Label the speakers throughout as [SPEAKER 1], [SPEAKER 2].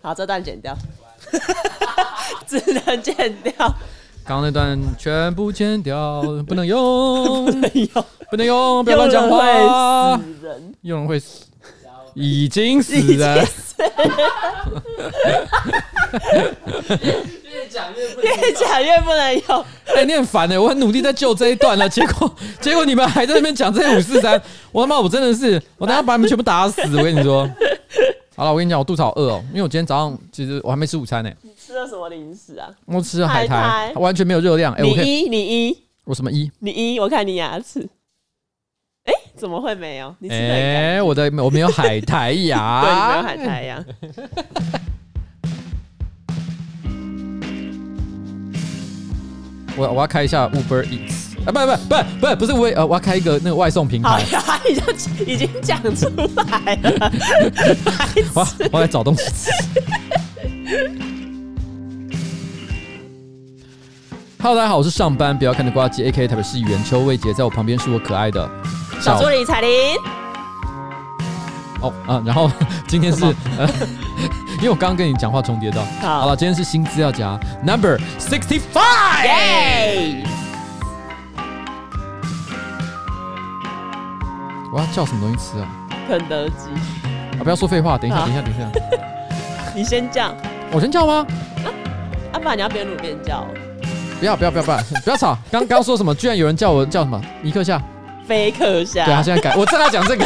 [SPEAKER 1] 好，这段剪掉， 只能剪掉，
[SPEAKER 2] 刚刚那段全部剪掉，不 能用，
[SPEAKER 1] 没有，
[SPEAKER 2] 不能用，不要乱讲话，
[SPEAKER 1] 死人，
[SPEAKER 2] 用人会死，已经死
[SPEAKER 1] 已
[SPEAKER 2] 了
[SPEAKER 1] 经。死
[SPEAKER 3] 越讲越不
[SPEAKER 1] 越讲越不能用，
[SPEAKER 2] 哎、你很烦哎、我很努力在救这一 段了，结果结果你们还在那边讲这五四三，我他妈我真的是，我等下把你们全部打死，我跟你说。好了，我跟你讲，我肚子好饿哦、因为我今天早上其实我还没吃午餐呢、欸
[SPEAKER 1] 你吃了什么零食啊？
[SPEAKER 2] 我吃了
[SPEAKER 1] 海
[SPEAKER 2] 海苔，
[SPEAKER 1] 苔
[SPEAKER 2] 完全没有热量。哎、
[SPEAKER 1] 你
[SPEAKER 2] 我可以，
[SPEAKER 1] 一，你一，
[SPEAKER 2] 我什么一？
[SPEAKER 1] 你一，我看你牙齿，哎，怎么会没有？你吃
[SPEAKER 2] 哎、
[SPEAKER 1] 的很干净
[SPEAKER 2] 我的我没有海苔牙，
[SPEAKER 1] 对，你没有海苔啊呀、
[SPEAKER 2] 我我要开一下 Uber Eats 啊，不不不不不是我呃，我要开一个那个外送平
[SPEAKER 1] 好
[SPEAKER 2] 台，
[SPEAKER 1] 呀，已经已经讲出来 了，白
[SPEAKER 2] 我
[SPEAKER 1] 痴
[SPEAKER 2] 要我来 找东西吃。Hello，大家好，我是上班不要看着瓜机 AK 台北市议员邱卫杰，在我旁边是我可爱的
[SPEAKER 1] 小助理彩铃，
[SPEAKER 2] 哦啊，然后 今天是
[SPEAKER 1] 什么
[SPEAKER 2] 呃， 因为我刚刚跟你讲话重叠到，
[SPEAKER 1] 好
[SPEAKER 2] 好了，今天是新资料夹 Number Sixty Five，
[SPEAKER 1] 耶！
[SPEAKER 2] 我要叫什么东西吃啊？
[SPEAKER 1] 肯德基，
[SPEAKER 2] 啊，不要说废话，等一下，
[SPEAKER 1] 好
[SPEAKER 2] 等一下，等一下，
[SPEAKER 1] 你先叫，
[SPEAKER 2] 我先叫吗？
[SPEAKER 1] 阿爸你要边录边叫，
[SPEAKER 2] 不要不要不要不要不要吵！刚刚说什么？居然有人叫我叫什么？尼克夏？
[SPEAKER 1] 飞客下，
[SPEAKER 2] 对他啊现在改，我正要讲这个，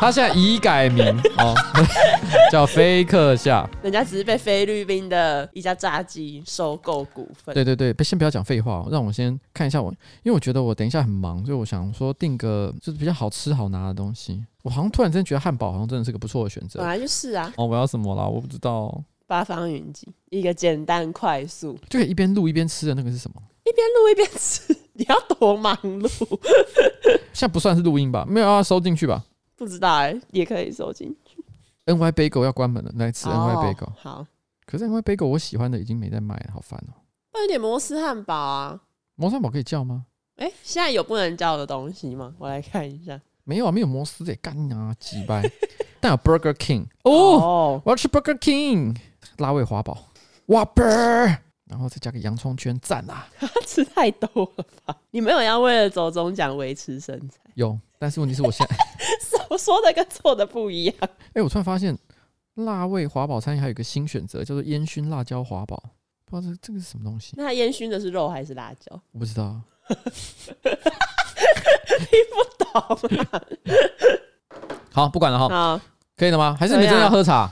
[SPEAKER 2] 他现在已改名哦， 叫菲克夏。
[SPEAKER 1] 人家只是被菲律宾的一家炸鸡收购股份，
[SPEAKER 2] 对对对，不先不要讲废话哦、让我先看一下我，因为我觉得我等一下很忙，所以我想说订个就是比较好吃好拿的东西。我好像突然间觉得汉堡好像真的是个不错的选择
[SPEAKER 1] 本。来就是啊，
[SPEAKER 2] 哦，我要什么啦？我不知道，
[SPEAKER 1] 八方云集，一个简单快速，
[SPEAKER 2] 就可以一边录一边吃的那个是什么？
[SPEAKER 1] 一边录一边吃，你要多忙碌？
[SPEAKER 2] 现在不算是录音吧？没有要收进去吧
[SPEAKER 1] 不知道哎、也可以收进去。
[SPEAKER 2] ？NY Bagel 要关门了，来吃 NY
[SPEAKER 1] 哦
[SPEAKER 2] Bagel。
[SPEAKER 1] 好，
[SPEAKER 2] 可是 NY Bagel 我喜欢的已经没在卖了，好烦哦、
[SPEAKER 1] 不然有点摩斯汉堡啊。
[SPEAKER 2] 摩斯汉堡可以叫吗？
[SPEAKER 1] 哎、现在有不能叫的东西吗？我来看一下。
[SPEAKER 2] 没有啊，没有摩斯诶，干啊，鸡掰！ 但有 Burger King 哦，我要吃 Burger King，辣味华堡，Whopper，然后再加个洋葱圈，赞啊啦！
[SPEAKER 1] 他吃太多了吧？你没有要为了走中奖维持身材，
[SPEAKER 2] 有，但是问题是我现 在，
[SPEAKER 1] 我说的跟做的不一样。
[SPEAKER 2] 哎、我突然发现辣味华堡餐厅还有一个新选择，叫做烟熏辣椒华堡，不知道这这个是什么东西，
[SPEAKER 1] 那他烟熏的是肉还是辣 椒？
[SPEAKER 2] 我不知道。
[SPEAKER 1] 懂吗？
[SPEAKER 2] 好，不管了哈，啊
[SPEAKER 1] 好，
[SPEAKER 2] 可以了吗？还是你们
[SPEAKER 1] 可以啊
[SPEAKER 2] 真的要喝茶？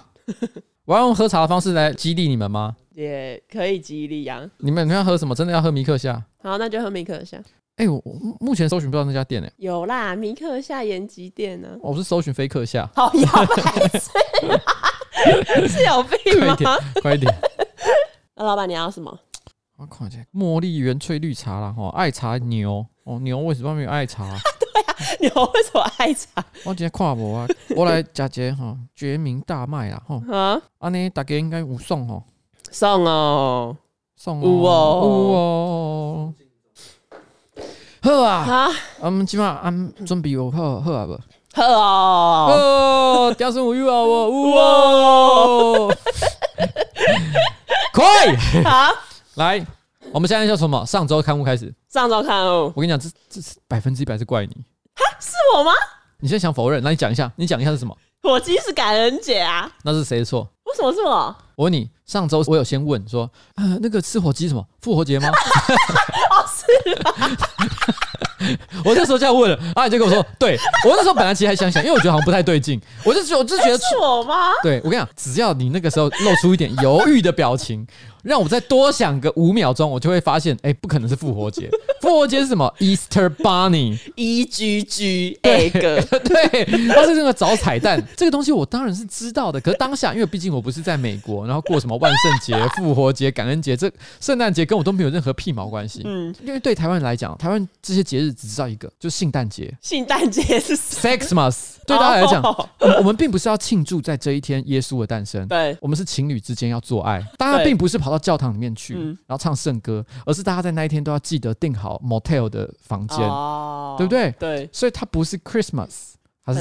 [SPEAKER 2] 我要用喝茶的方式来激励你们吗？
[SPEAKER 1] 也可以激励啊。
[SPEAKER 2] 你们你们要喝什么？真的要喝米克夏？
[SPEAKER 1] 好，那就喝米克夏。
[SPEAKER 2] 哎、我我目前搜寻不到那家店哎、
[SPEAKER 1] 有啦，米克夏延吉店啊呢、
[SPEAKER 2] 我是搜寻菲克夏。
[SPEAKER 1] 好摇白痴，啊 是有病
[SPEAKER 2] 快一
[SPEAKER 1] 吗
[SPEAKER 2] 点？，快一点！
[SPEAKER 1] 那老板你要什么？
[SPEAKER 2] 我看一下，茉莉原萃绿茶啦，吼，爱茶牛哦，牛为什么没有爱茶？啊
[SPEAKER 1] 你为什么爱茶
[SPEAKER 2] 我今天看无啊，我来食一个吼决明大麦啦，吼，
[SPEAKER 1] 啊？
[SPEAKER 2] 安尼大家应该有送吼，
[SPEAKER 1] 送哦
[SPEAKER 2] 送
[SPEAKER 1] 有哦
[SPEAKER 2] 有哦。好
[SPEAKER 1] 啊，
[SPEAKER 2] 啊，嗯，即马俺准备有好好啊无？
[SPEAKER 1] 喝哦，
[SPEAKER 2] 哦，雕声有有啊哦，有哦， 快
[SPEAKER 1] 好，
[SPEAKER 2] 来，我们现在叫什么？上周刊物开始，
[SPEAKER 1] 上周哦刊物
[SPEAKER 2] 我跟你讲，这这是百分之一百是怪你。
[SPEAKER 1] 是我吗？
[SPEAKER 2] 你现在想否认？那你讲一下，你讲一下是什么？
[SPEAKER 1] 火鸡是感恩节啊？
[SPEAKER 2] 那是谁的错？
[SPEAKER 1] 为什么是我？
[SPEAKER 2] 我问你，上周我有先问说，呃，那个吃火鸡什么复活节吗？
[SPEAKER 1] 哦，是
[SPEAKER 2] 我那时候这样问了，啊，你就跟我说，对我那时候本来其实还想想，因为我觉得好像不太对劲，我就觉得我就觉得，
[SPEAKER 1] 是我吗？
[SPEAKER 2] 对我跟你讲，只要你那个时候露出一点犹豫的表情，让我再多想个五秒钟，我就会发现，哎、不可能是复活节，复活节是什么？Easter Bunny。
[SPEAKER 1] E G G egg，
[SPEAKER 2] 对，它是那个找彩蛋这个东西，我当然是知道的。可是当下，因为毕竟我不是在美国，然后过什么万圣节、复活节、感恩节，这圣诞节跟我都没有任何屁毛关系。
[SPEAKER 1] 嗯，
[SPEAKER 2] 因为对台湾人来讲，台湾这些节日只知道一个，就是圣诞节
[SPEAKER 1] 圣诞节是什
[SPEAKER 2] （Sexmas）。对大家来讲，
[SPEAKER 1] 哦
[SPEAKER 2] 我们我们并不是要庆祝在这一天耶稣的诞生。
[SPEAKER 1] 对，
[SPEAKER 2] 我们是情侣之间要做爱，大家
[SPEAKER 1] 对
[SPEAKER 2] 并不是跑到教堂里面去，
[SPEAKER 1] 嗯
[SPEAKER 2] 然后唱圣歌，而是大家在那一天都要记得订好 motel 的房间，
[SPEAKER 1] 哦
[SPEAKER 2] 对不？对？
[SPEAKER 1] 对
[SPEAKER 2] 所以它不是
[SPEAKER 1] 呃
[SPEAKER 2] Christmas，它
[SPEAKER 1] 它
[SPEAKER 2] 是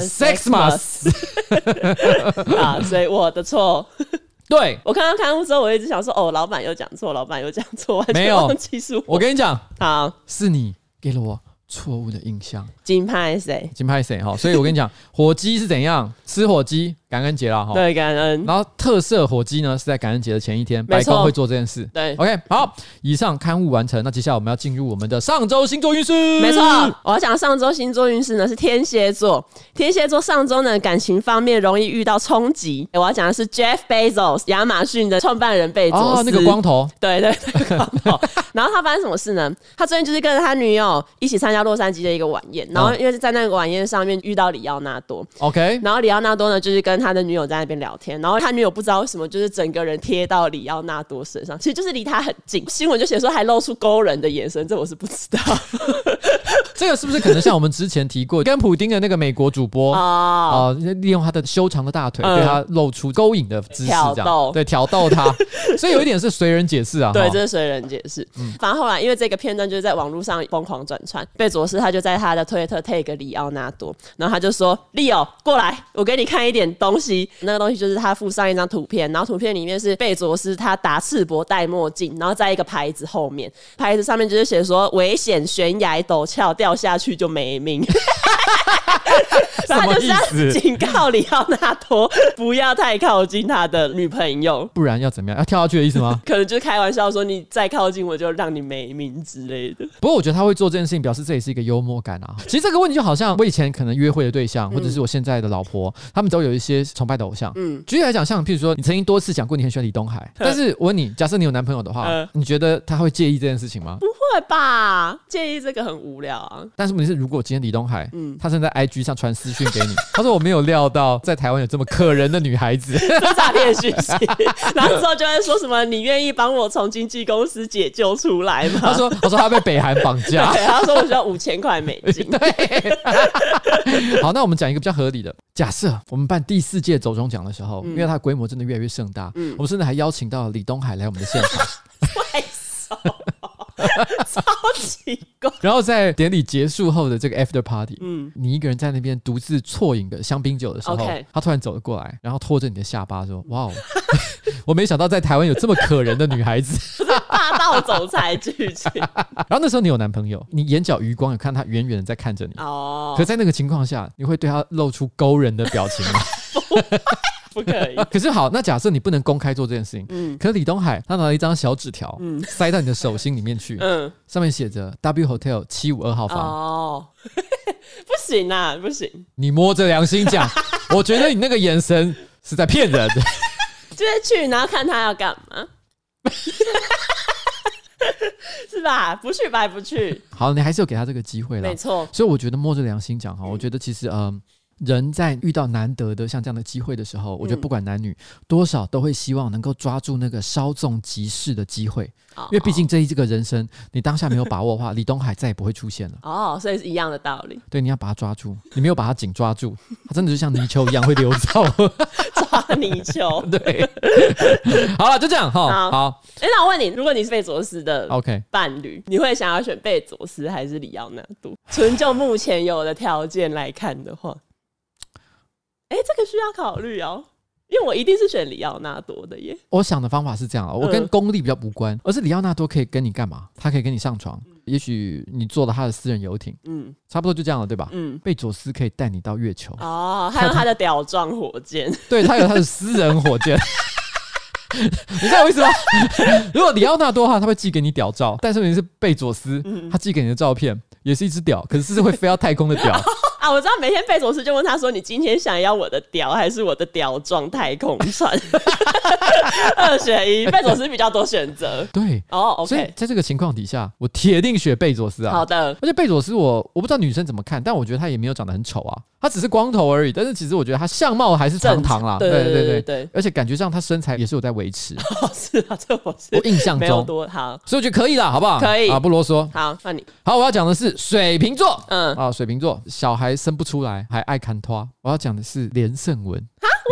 [SPEAKER 1] 是
[SPEAKER 2] Sexmas。
[SPEAKER 1] 啊，所以我的错，
[SPEAKER 2] 对，
[SPEAKER 1] 我看到刊物之后，我一直想说，哦，老板又讲错，老板又讲错，完
[SPEAKER 2] 没
[SPEAKER 1] 全
[SPEAKER 2] 有
[SPEAKER 1] 忘记是我。
[SPEAKER 2] 我跟你讲，
[SPEAKER 1] 好，
[SPEAKER 2] 是你给了我错误的印象。
[SPEAKER 1] 金牌谁？
[SPEAKER 2] 金牌谁哈？所以我跟你讲，火鸡是怎样吃火鸡，感恩节啦哈。
[SPEAKER 1] 对，感恩。
[SPEAKER 2] 然后特色火鸡呢是在感恩节的前一天，
[SPEAKER 1] 没
[SPEAKER 2] 白
[SPEAKER 1] 错
[SPEAKER 2] 宫会做这件事。
[SPEAKER 1] 对，
[SPEAKER 2] OK，好，以上刊物完成，那接下来我们要进入我们的上周星座运势。
[SPEAKER 1] 没错，我要讲上周星座运势呢是天蝎座，天蝎座上周呢感情方面容易遇到冲击。我要讲的是 Jeff Bezos，亚马逊的创办人贝佐
[SPEAKER 2] 哦
[SPEAKER 1] 斯，，
[SPEAKER 2] 那个光头，
[SPEAKER 1] 对对对，光头。 然后他发生什么事呢？他最近就是跟着他女友一起参加洛杉矶的一个晚宴，然后
[SPEAKER 2] 哦
[SPEAKER 1] 因为是在那个晚宴上面遇到里奥纳多，
[SPEAKER 2] OK，
[SPEAKER 1] 然后里奥纳多呢就是跟他的女友在那边聊天，然后他女友不知道为什么就是整个人贴到里奥纳多身上，其实就是离他很近。新闻就写说还露出勾人的眼神，这我是不知道
[SPEAKER 2] 这个是不是可能像我们之前提过，跟普丁的那个美国 主播啊、
[SPEAKER 1] 哦。
[SPEAKER 2] 利用他的修长的大腿
[SPEAKER 1] 嗯
[SPEAKER 2] 对他露出勾引的姿势，这
[SPEAKER 1] 挑
[SPEAKER 2] 样
[SPEAKER 1] 逗
[SPEAKER 2] 对挑逗 他，所以有一点是随人解释啊。
[SPEAKER 1] 对，
[SPEAKER 2] 哈嗯
[SPEAKER 1] 这是随人解释。反正后来因为这个片段就是在网络上疯狂转传，贝佐斯他就在他的推特 tag 里奥纳多，然后他就说：“Leo 过来，我给你看一点东西。”那个东西就是他附上一张图片，然后图片里面是贝佐斯他打赤膊戴墨镜，然后在一个牌子后面，牌子上面就是写说危险悬崖陡峭，掉下去就没 命。他就是要
[SPEAKER 2] 什么意思
[SPEAKER 1] 警告里奥纳多不要太靠近他的女朋友。？
[SPEAKER 2] 不然要怎么样？要跳下去的意思吗
[SPEAKER 1] 可能就是开玩笑说你再靠近我就让你没命之类的。
[SPEAKER 2] 不过我觉得他会做这件事情，表示这也是一个幽默感
[SPEAKER 1] 嗯
[SPEAKER 2] 啊。其实这个问题就好像我以前可能约会的对象，或者是我现在的老婆，他们都有一些崇拜的偶像。嗯，举例来讲，像譬如说，你曾经多次讲过你很喜欢李东 海，但是我问你，假设你有男朋友的话
[SPEAKER 1] 嗯，
[SPEAKER 2] 你觉得他会介意这件事情吗？
[SPEAKER 1] 会吧？介意这个很无聊啊。
[SPEAKER 2] 但是问题是，如果今天李东海，嗯，他正在 IG 上传私讯给你，他说我没有料到在台湾有这么可人的女孩子，
[SPEAKER 1] 这诈骗讯息，然后之后就会说什么“你愿意帮我从经纪公司解救出来吗？”
[SPEAKER 2] 他 说他说他被北韩绑架
[SPEAKER 1] 对，。他说我需要五千块美 金。
[SPEAKER 2] 好，那我们讲一个比较合理的假设，我们办第四届走中奖的时候，
[SPEAKER 1] 嗯
[SPEAKER 2] 因为它的规模真的越来越盛大，我们甚至还邀请到了李东海来我们的现 场，
[SPEAKER 1] 怪手，超奇怪。
[SPEAKER 2] 然后在典礼结束后的这个 after party，
[SPEAKER 1] 嗯，
[SPEAKER 2] 你一个人在那边独自啜饮的香槟酒的时候
[SPEAKER 1] OK
[SPEAKER 2] 他突然走了过来，然后拖着你的下巴说：“哇哦， 我没想到在台湾有这么可人的女孩子。”
[SPEAKER 1] 霸道总裁剧情
[SPEAKER 2] 然后那时候你有男朋友，你眼角余光有看他远远的在看着你，
[SPEAKER 1] 哦
[SPEAKER 2] 可，在那个情况下，你会对他露出勾人的表情吗？
[SPEAKER 1] 不可以。
[SPEAKER 2] 可是好，那假设你不能公开做这件事情，
[SPEAKER 1] 嗯
[SPEAKER 2] 可是李东海他拿了一张小纸条，塞到你的手心里面去，
[SPEAKER 1] 嗯，
[SPEAKER 2] 上面写着 W Hotel 七五二号房，
[SPEAKER 1] 哦， 不行啊，不行，
[SPEAKER 2] 你摸着良心 讲，我觉得你那个眼神是在骗人的。
[SPEAKER 1] 就是去然后看他要干 嘛，是吧？不去白不去。
[SPEAKER 2] 好，你还是有给他这个机会啦
[SPEAKER 1] 没。错，
[SPEAKER 2] 所以我觉得摸着良心讲哈，我觉得其实嗯。人在遇到难得的像这样的机会的时
[SPEAKER 1] 嗯
[SPEAKER 2] 候，我觉得不管男女，多少都会希望能够抓住那个稍纵即逝的机会，
[SPEAKER 1] 哦
[SPEAKER 2] 因为毕竟这一这个人生，你当下没有把握的话，李东海再也不会出现了。
[SPEAKER 1] 哦，所以是一样的道理，
[SPEAKER 2] 对，你要把他抓住，你没有把他紧抓住，他真的就像泥鳅一样会流走。
[SPEAKER 1] 抓泥鳅。
[SPEAKER 2] 对，好了，就这样哈。
[SPEAKER 1] 好
[SPEAKER 2] 好
[SPEAKER 1] 哎、那我问你，如果你是贝佐斯的
[SPEAKER 2] OK，
[SPEAKER 1] 伴侣，你会想要选贝佐斯还是里奥纳多？纯就目前有的条件来看的话，哎、这个需要考虑哦，因为我一定是选里奥纳多的耶。
[SPEAKER 2] 我想的方法是这样啊，我跟
[SPEAKER 1] 嗯
[SPEAKER 2] 功力比较无关，而是里奥纳多可以跟你干嘛？他可以跟你上床，也许你坐了他的私人游艇，
[SPEAKER 1] 嗯
[SPEAKER 2] 差不多就这样了，对吧？
[SPEAKER 1] 嗯，
[SPEAKER 2] 贝佐斯可以带你到月球，
[SPEAKER 1] 哦，还有他的屌状火箭，
[SPEAKER 2] 对他有他的私人火箭。 你知道我意思吗？ 如果里奥纳多的话，他会寄给你屌照，但是问题是贝佐斯，
[SPEAKER 1] 嗯
[SPEAKER 2] 他寄给你的照片也是一只屌，可是是会飞到太空的屌。
[SPEAKER 1] 啊，我知道每天贝佐斯就问他说：“你今天想要我的屌还是我的屌状太空船？” 二选一，贝佐斯比较多选择。
[SPEAKER 2] 对，
[SPEAKER 1] 哦，OK、
[SPEAKER 2] 所
[SPEAKER 1] o
[SPEAKER 2] 以
[SPEAKER 1] k
[SPEAKER 2] 在这个情况底下，我铁定选贝佐斯啊。
[SPEAKER 1] 好的，
[SPEAKER 2] 而且贝佐斯我，我不知道女生怎么看，但我觉得他也没有长得很丑啊，他只是光头而已。但是其实我觉得他相貌还是堂堂啦，
[SPEAKER 1] 对
[SPEAKER 2] 对
[SPEAKER 1] 对
[SPEAKER 2] 对
[SPEAKER 1] 对对
[SPEAKER 2] 而且感觉上他身材也是有在维 持，
[SPEAKER 1] 哦，是啊，这我是
[SPEAKER 2] 我印象
[SPEAKER 1] 没有
[SPEAKER 2] 中，
[SPEAKER 1] 多好。
[SPEAKER 2] 所以我觉得可以啦，好不好？
[SPEAKER 1] 可以
[SPEAKER 2] 啊，不啰嗦。
[SPEAKER 1] 好，那你
[SPEAKER 2] 好，我要讲的是水瓶座。
[SPEAKER 1] 嗯，
[SPEAKER 2] 啊，水瓶座小孩生不出来，还爱砍拖。我要讲的是连胜文，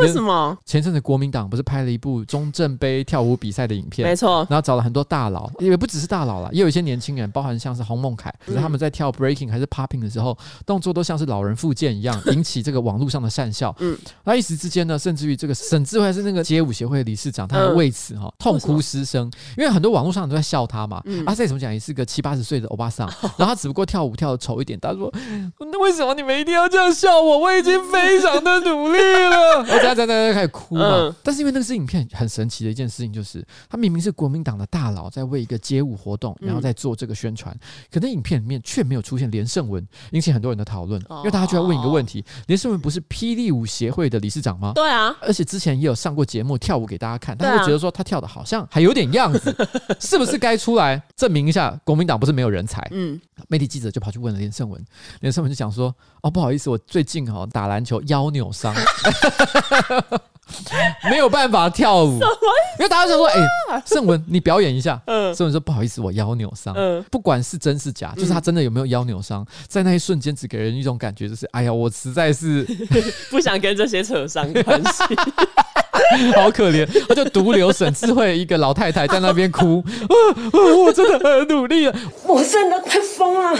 [SPEAKER 1] 为什么？
[SPEAKER 2] 前阵子国民党不是拍了一部中正杯跳舞比赛的影
[SPEAKER 1] 没
[SPEAKER 2] 片，
[SPEAKER 1] 错，
[SPEAKER 2] 然后找了很多大佬，也不只是大佬啦，也有一些年轻人，包含像是洪孟凯，可是他们在跳 breaking 还是 popping 的时候，动作都像是老人复健一样，引起这个网络上的善笑。
[SPEAKER 1] 嗯
[SPEAKER 2] 嗯，那一时之间呢，甚至于这个沈志慧是那个街舞协会的理事长，他还为此哈、痛哭失声，因为很多网络上都在笑他嘛。啊，再怎么讲也是个七八十岁的欧巴桑，然后他只不过跳舞跳的丑一点，他说：“那为什么你们一定要这样笑我？我已经非常的努力了。” 我等下等下等下开始哭嘛。
[SPEAKER 1] 嗯
[SPEAKER 2] 但是因为那个是影片很神奇的一件事情，就是他明明是国民党的大佬在为一个街舞活动，然后在做这个宣传，可那影片里面却没有出现连胜文，引起很多人的讨论，因为大家就在问一个问题：连胜文不是霹雳舞协会的理事长吗？
[SPEAKER 1] 对啊，
[SPEAKER 2] 而且之前也有上过节目跳舞给大家看，
[SPEAKER 1] 对啊
[SPEAKER 2] 大家会觉得说他跳的好像还有点样 子，是不是该出来证明一下国民党不是没有人才？
[SPEAKER 1] 嗯，
[SPEAKER 2] 媒体记者就跑去问了连胜文，连胜文就讲说：“哦，不好意思，我最近哦打篮球腰扭 伤，没有办法跳舞。”
[SPEAKER 1] 啊
[SPEAKER 2] 因为大家就说：“哎、胜文，你表演一下。”
[SPEAKER 1] 嗯
[SPEAKER 2] 胜文说：“不好意思，我腰扭伤。
[SPEAKER 1] 嗯
[SPEAKER 2] 不管是真是假，就是他真的有没有腰扭伤，在那一瞬间只给人一种感觉，就是哎呀，我实在是
[SPEAKER 1] 不想跟这些扯上关 系。
[SPEAKER 2] 好可怜，他就独留沈智慧一个老太太在那边哭，啊啊，我真的很努力了，啊
[SPEAKER 4] 我真的快疯了！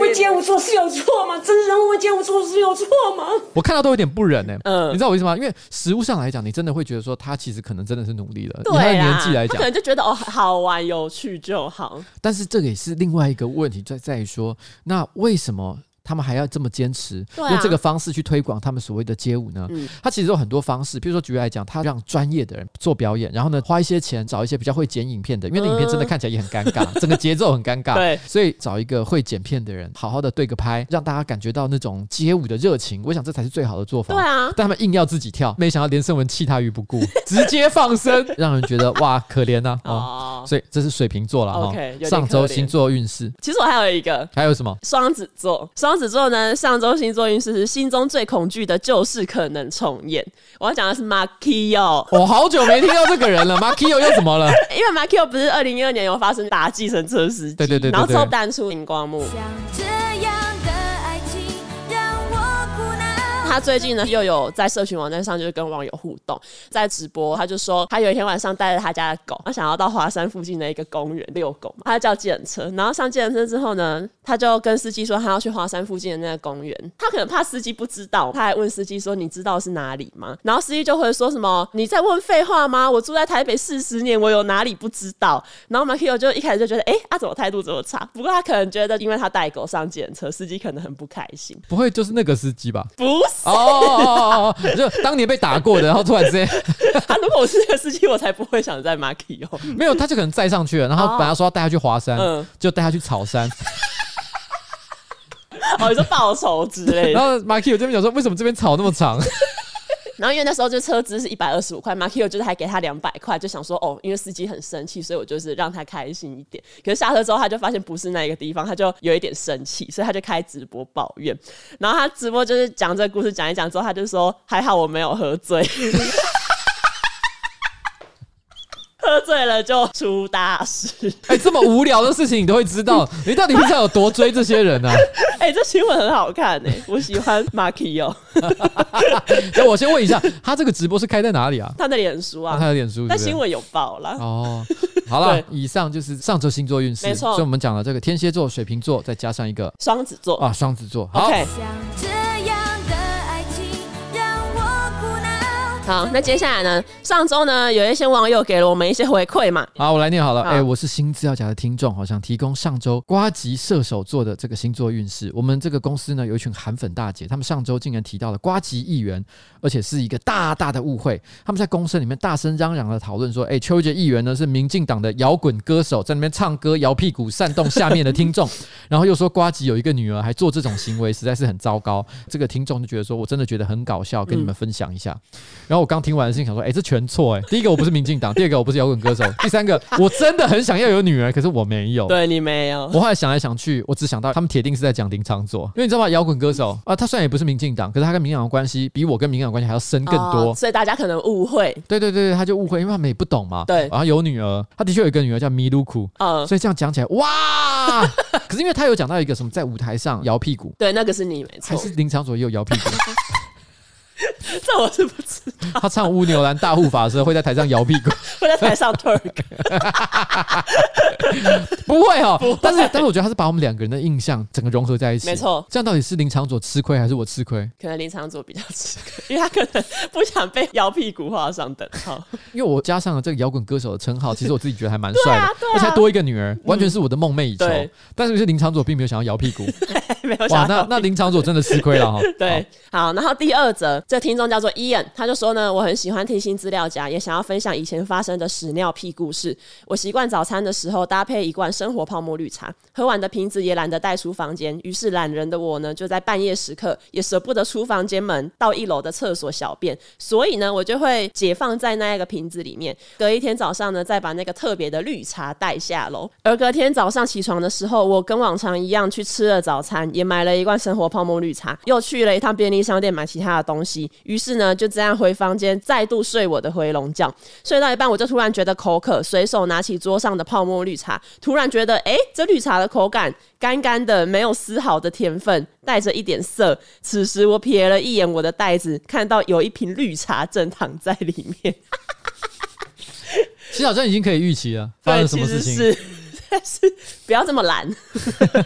[SPEAKER 4] 我街舞做事有错吗？真人问街舞做事有错吗？
[SPEAKER 2] 我看到都有点不忍呢、
[SPEAKER 1] 嗯
[SPEAKER 2] 你知道我意思吗？因为实物上来讲，你真的会觉得说他其实可能真的是努力了，以
[SPEAKER 1] 对
[SPEAKER 2] 他的
[SPEAKER 1] 啦
[SPEAKER 2] 年纪来
[SPEAKER 1] 他
[SPEAKER 2] 讲
[SPEAKER 1] 可，能就觉得哦，好玩有趣就好。
[SPEAKER 2] 但是这个也是另外一个问题在在于说，那为什么？他们还要这么坚持、
[SPEAKER 1] 对啊嗯
[SPEAKER 2] 用这个方式去推广他们所谓的街舞呢？他其实有很多方式，比如说举例来讲，他让专业的人做表演，然后呢花一些钱找一些比较会剪影片的，因为那影片真的看起来也很尴尬， 整个节奏很尴尬。
[SPEAKER 1] 嗯对
[SPEAKER 2] 所以找一个会剪片的人，好好的对个拍，让大家感觉到那种街舞的热情。我想这才是最好的做法。
[SPEAKER 1] 对啊
[SPEAKER 2] 但他们硬要自己跳，没想到连胜文弃他于不顾，直接 放生，让人觉得哇可怜呐、啊。哦
[SPEAKER 1] 哦，
[SPEAKER 2] 所以这是水瓶座了哈
[SPEAKER 1] OK，有点
[SPEAKER 2] 上
[SPEAKER 1] 可
[SPEAKER 2] 周
[SPEAKER 1] 怜
[SPEAKER 2] 星座运势
[SPEAKER 1] 其实我还有一个。
[SPEAKER 2] 还有什么？
[SPEAKER 1] 双子座，双子座呢，上周星座运势是心中最恐惧的就是可能重演。我要讲的是 Markio，
[SPEAKER 2] 我好久没听到这个人了 m a k i o 又怎么了？
[SPEAKER 1] 因为 Markio 不是二零一二年有发生打计程车司机，
[SPEAKER 2] 对对对对
[SPEAKER 1] 然后之
[SPEAKER 2] 对
[SPEAKER 1] 后淡出荧光幕。
[SPEAKER 5] 像这样的爱情让我苦恼。
[SPEAKER 1] 他最近呢又有在社群网站上就是跟网友互动，在直播，他就说他有一天晚上带着他家的狗，他想要到华山附近的一个公园遛狗嘛，他叫计程车，然后上计程车之后呢，他就跟司机说他要去华山附近的那个公园，他可能怕司机不知道，他还问司机说你知道是哪里吗？然后司机就会说什么你在问废话吗？我住在台北四十年，我有哪里不知道？然后 m a k i o 就一开始就觉得哎，他、啊、怎么态度这么差？不过他可能觉得因为他带狗上计程车，司机可能很不开心，
[SPEAKER 2] 不会就是那个司 机吧？
[SPEAKER 1] 不是。
[SPEAKER 2] 哦哦哦哦哦，就当年被打过的，然后突然之 间
[SPEAKER 1] 他啊如果我是那个司机，我才不会想在 Marky 哦。
[SPEAKER 2] 没有，他就可能载上去了，然后本来说要带他去华山，
[SPEAKER 1] 嗯
[SPEAKER 2] 就带他去草山，
[SPEAKER 1] 哦，你说报仇之类
[SPEAKER 2] 然
[SPEAKER 1] 的。
[SPEAKER 2] 后 Marky 我这边讲说，为什么这边草那么长？
[SPEAKER 1] 然后因为那时候就车资是一百二十五块，Marky 就是还给他两百块，就想说哦，因为司机很生气，所以我就是让他开心一点。可是下车之后，他就发现不是那个地方，他就有一点生气，所以他就开直播抱怨。然后他直播就是讲这个故事，讲一讲之后，他就说还好我没有喝醉。 喝醉了就出大事，
[SPEAKER 2] 哎、这么无聊的事情你都会知道， 你到底平常有多追这些人啊？
[SPEAKER 1] 哎、这新闻很好看哎、我喜欢 Marky 哦，
[SPEAKER 2] 那我先问一下，他这个直播是开在哪里啊？
[SPEAKER 1] 他的脸书啊，
[SPEAKER 2] 啊、他有脸书是不
[SPEAKER 1] 但
[SPEAKER 2] 是
[SPEAKER 1] 新闻有报啦。
[SPEAKER 2] 哦，好了
[SPEAKER 1] 对，
[SPEAKER 2] 以上就是上周星座运势，
[SPEAKER 1] 没错
[SPEAKER 2] 所以我们讲了这个天蝎座、水瓶座，再加上一个
[SPEAKER 1] 双子座、
[SPEAKER 2] 啊双子座。好
[SPEAKER 1] o k
[SPEAKER 5] 像这样的爱情让我苦恼。
[SPEAKER 1] 好，那接下来呢？上周呢，有一些网友给了我们一些回馈嘛，
[SPEAKER 2] 好，我来念好了。
[SPEAKER 1] 好
[SPEAKER 2] 哎、我是新资料夹的听众，好想提供上周瓜吉射手座的这个星座运势。我们这个公司呢，有一群韩粉大姐，他们上周竟然提到了瓜吉议员，而且是一个大大的误会。他们在公司里面大声嚷嚷的讨论说，哎、邱杰议员呢是民进党的摇滚歌手，在那边唱歌摇屁股煽动下面的听众， 然后又说瓜吉有一个女儿还做这种行为，实在是很糟糕。 这个听众就觉得说我真的觉得很搞笑，跟你们
[SPEAKER 1] 嗯
[SPEAKER 2] 分享一下。然后我刚听完的心想说，哎、这全错哎、第一个我不是民进党，第二个我不是摇滚歌手，第三个我真的很想要有女儿，可是我没有。
[SPEAKER 1] 对你没有，
[SPEAKER 2] 我后来想来想去，我只想到他们铁定是在讲林 昌佐，因为你知道吗？摇滚歌手啊，他虽然也不是民进党，可是他跟民进党的关系比我跟民进党的关系还要深更多。
[SPEAKER 1] 哦所以大家可能误会，
[SPEAKER 2] 对对对对，他就误会，因为他们也不懂嘛。
[SPEAKER 1] 对
[SPEAKER 2] 然后有女儿，他的确有一个女儿叫米露库，
[SPEAKER 1] 嗯，
[SPEAKER 2] 所以这样讲起来， 哇！可是因为他有讲到一个什么在舞台上摇屁股，
[SPEAKER 1] 对，那个是你没
[SPEAKER 2] 还
[SPEAKER 1] 错，
[SPEAKER 2] 是林场所也有摇屁股。
[SPEAKER 1] 这 我是不知道，
[SPEAKER 2] 他唱《乌牛栏大护法》的时候会在台上摇屁 股，
[SPEAKER 1] 我在台上 twerk，
[SPEAKER 2] 不会哦。但是，但是我觉得他是把我们两个人的印象整个融合在一起。
[SPEAKER 1] 没错
[SPEAKER 2] 这样到底是林长佐吃亏还是我吃亏？
[SPEAKER 1] 可能林长佐比较吃亏，因为他可能不想被摇屁股画上等号。
[SPEAKER 2] 因为我加上了这个摇滚歌手的称号，其实我自己觉得还蛮帅的，
[SPEAKER 1] 对啊对啊
[SPEAKER 2] 而且还多一个女儿，完全是我的梦寐以求。
[SPEAKER 1] 对
[SPEAKER 2] 但是，是林长佐并没有想要摇屁股。
[SPEAKER 1] 没有
[SPEAKER 2] 哇，
[SPEAKER 1] 想
[SPEAKER 2] 那
[SPEAKER 1] 到。
[SPEAKER 2] 那林长佐真的吃亏了哈。
[SPEAKER 1] 对，好，然后第二则，这听众叫做伊恩，他就说呢，我很喜欢听新资料夹，也想要分享以前发生的屎尿屁故事。我习惯早餐的时候搭配一罐生活泡沫绿茶，喝完的瓶子也懒得带出房间，于是懒人的我呢，就在半夜时刻也舍不得出房间门，到一楼的厕所小便，所以呢，我就会解放在那一个瓶子里面，隔一天早上呢，再把那个特别的绿茶带下楼。而隔天早上起床的时候，我跟往常一样去吃了早餐，也买了一罐生活泡沫绿茶，又去了一趟便利商店买其他的东西。于是呢，就这样回房间，再度睡我的回笼觉。睡到一半，我就突然觉得口渴，随手拿起桌上的泡沫绿茶，突然觉得，诶，这绿茶的口感干干的，没有丝毫的甜分，带着一点涩。此时我瞥了一眼我的袋子，看到有一瓶绿茶正躺在里面。
[SPEAKER 2] 其实好像已经可以预期了，发
[SPEAKER 1] 对，
[SPEAKER 2] 生什
[SPEAKER 1] 其
[SPEAKER 2] 么
[SPEAKER 1] 实
[SPEAKER 2] 事情？
[SPEAKER 1] 是， 但是不要这么懒，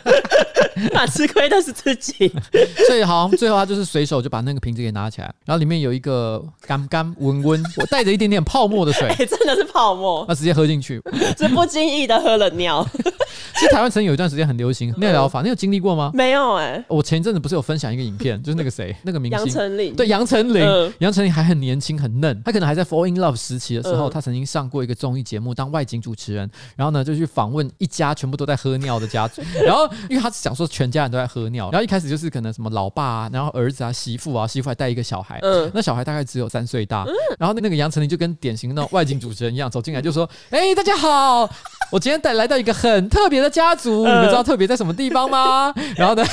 [SPEAKER 1] 那吃亏的是自己。
[SPEAKER 2] 所以好，最后他就是随手就把那个瓶子给拿起来，然后里面有一个干干温 温，我带着一点点泡沫的水
[SPEAKER 1] 哎、，真的是泡沫，
[SPEAKER 2] 那直接喝进去。
[SPEAKER 1] 是不经意的喝了尿。
[SPEAKER 2] 其实台湾曾经有一段时间很流行那个疗法，你有经历过吗？
[SPEAKER 1] 没有哎、
[SPEAKER 2] 我前一阵子不是有分享一个影片，就是那个谁，那个明
[SPEAKER 1] 杨
[SPEAKER 2] 星。
[SPEAKER 1] 丞琳
[SPEAKER 2] 对杨丞琳
[SPEAKER 1] 嗯，
[SPEAKER 2] 杨丞琳还很年轻很嫩，她可能还在 Fall in Love 时期的时候，
[SPEAKER 1] 嗯
[SPEAKER 2] 她曾经上过一个综艺节目当外景主持人，然后呢就去访问一家全部都在喝尿的家族， 然后因为她想说全家人都在喝尿，然后一开始就是可能什么老爸啊，然后儿子啊、媳妇啊，媳妇还带一个小孩，
[SPEAKER 1] 嗯
[SPEAKER 2] 那小孩大概只有三岁大，然后那个杨丞琳就跟典型的那种外景主持人一样走进来就说：“哎、大家好，我今天带来到一个很特别的家族，
[SPEAKER 1] 嗯
[SPEAKER 2] 你们知道特别在什么地方吗？” 然后呢？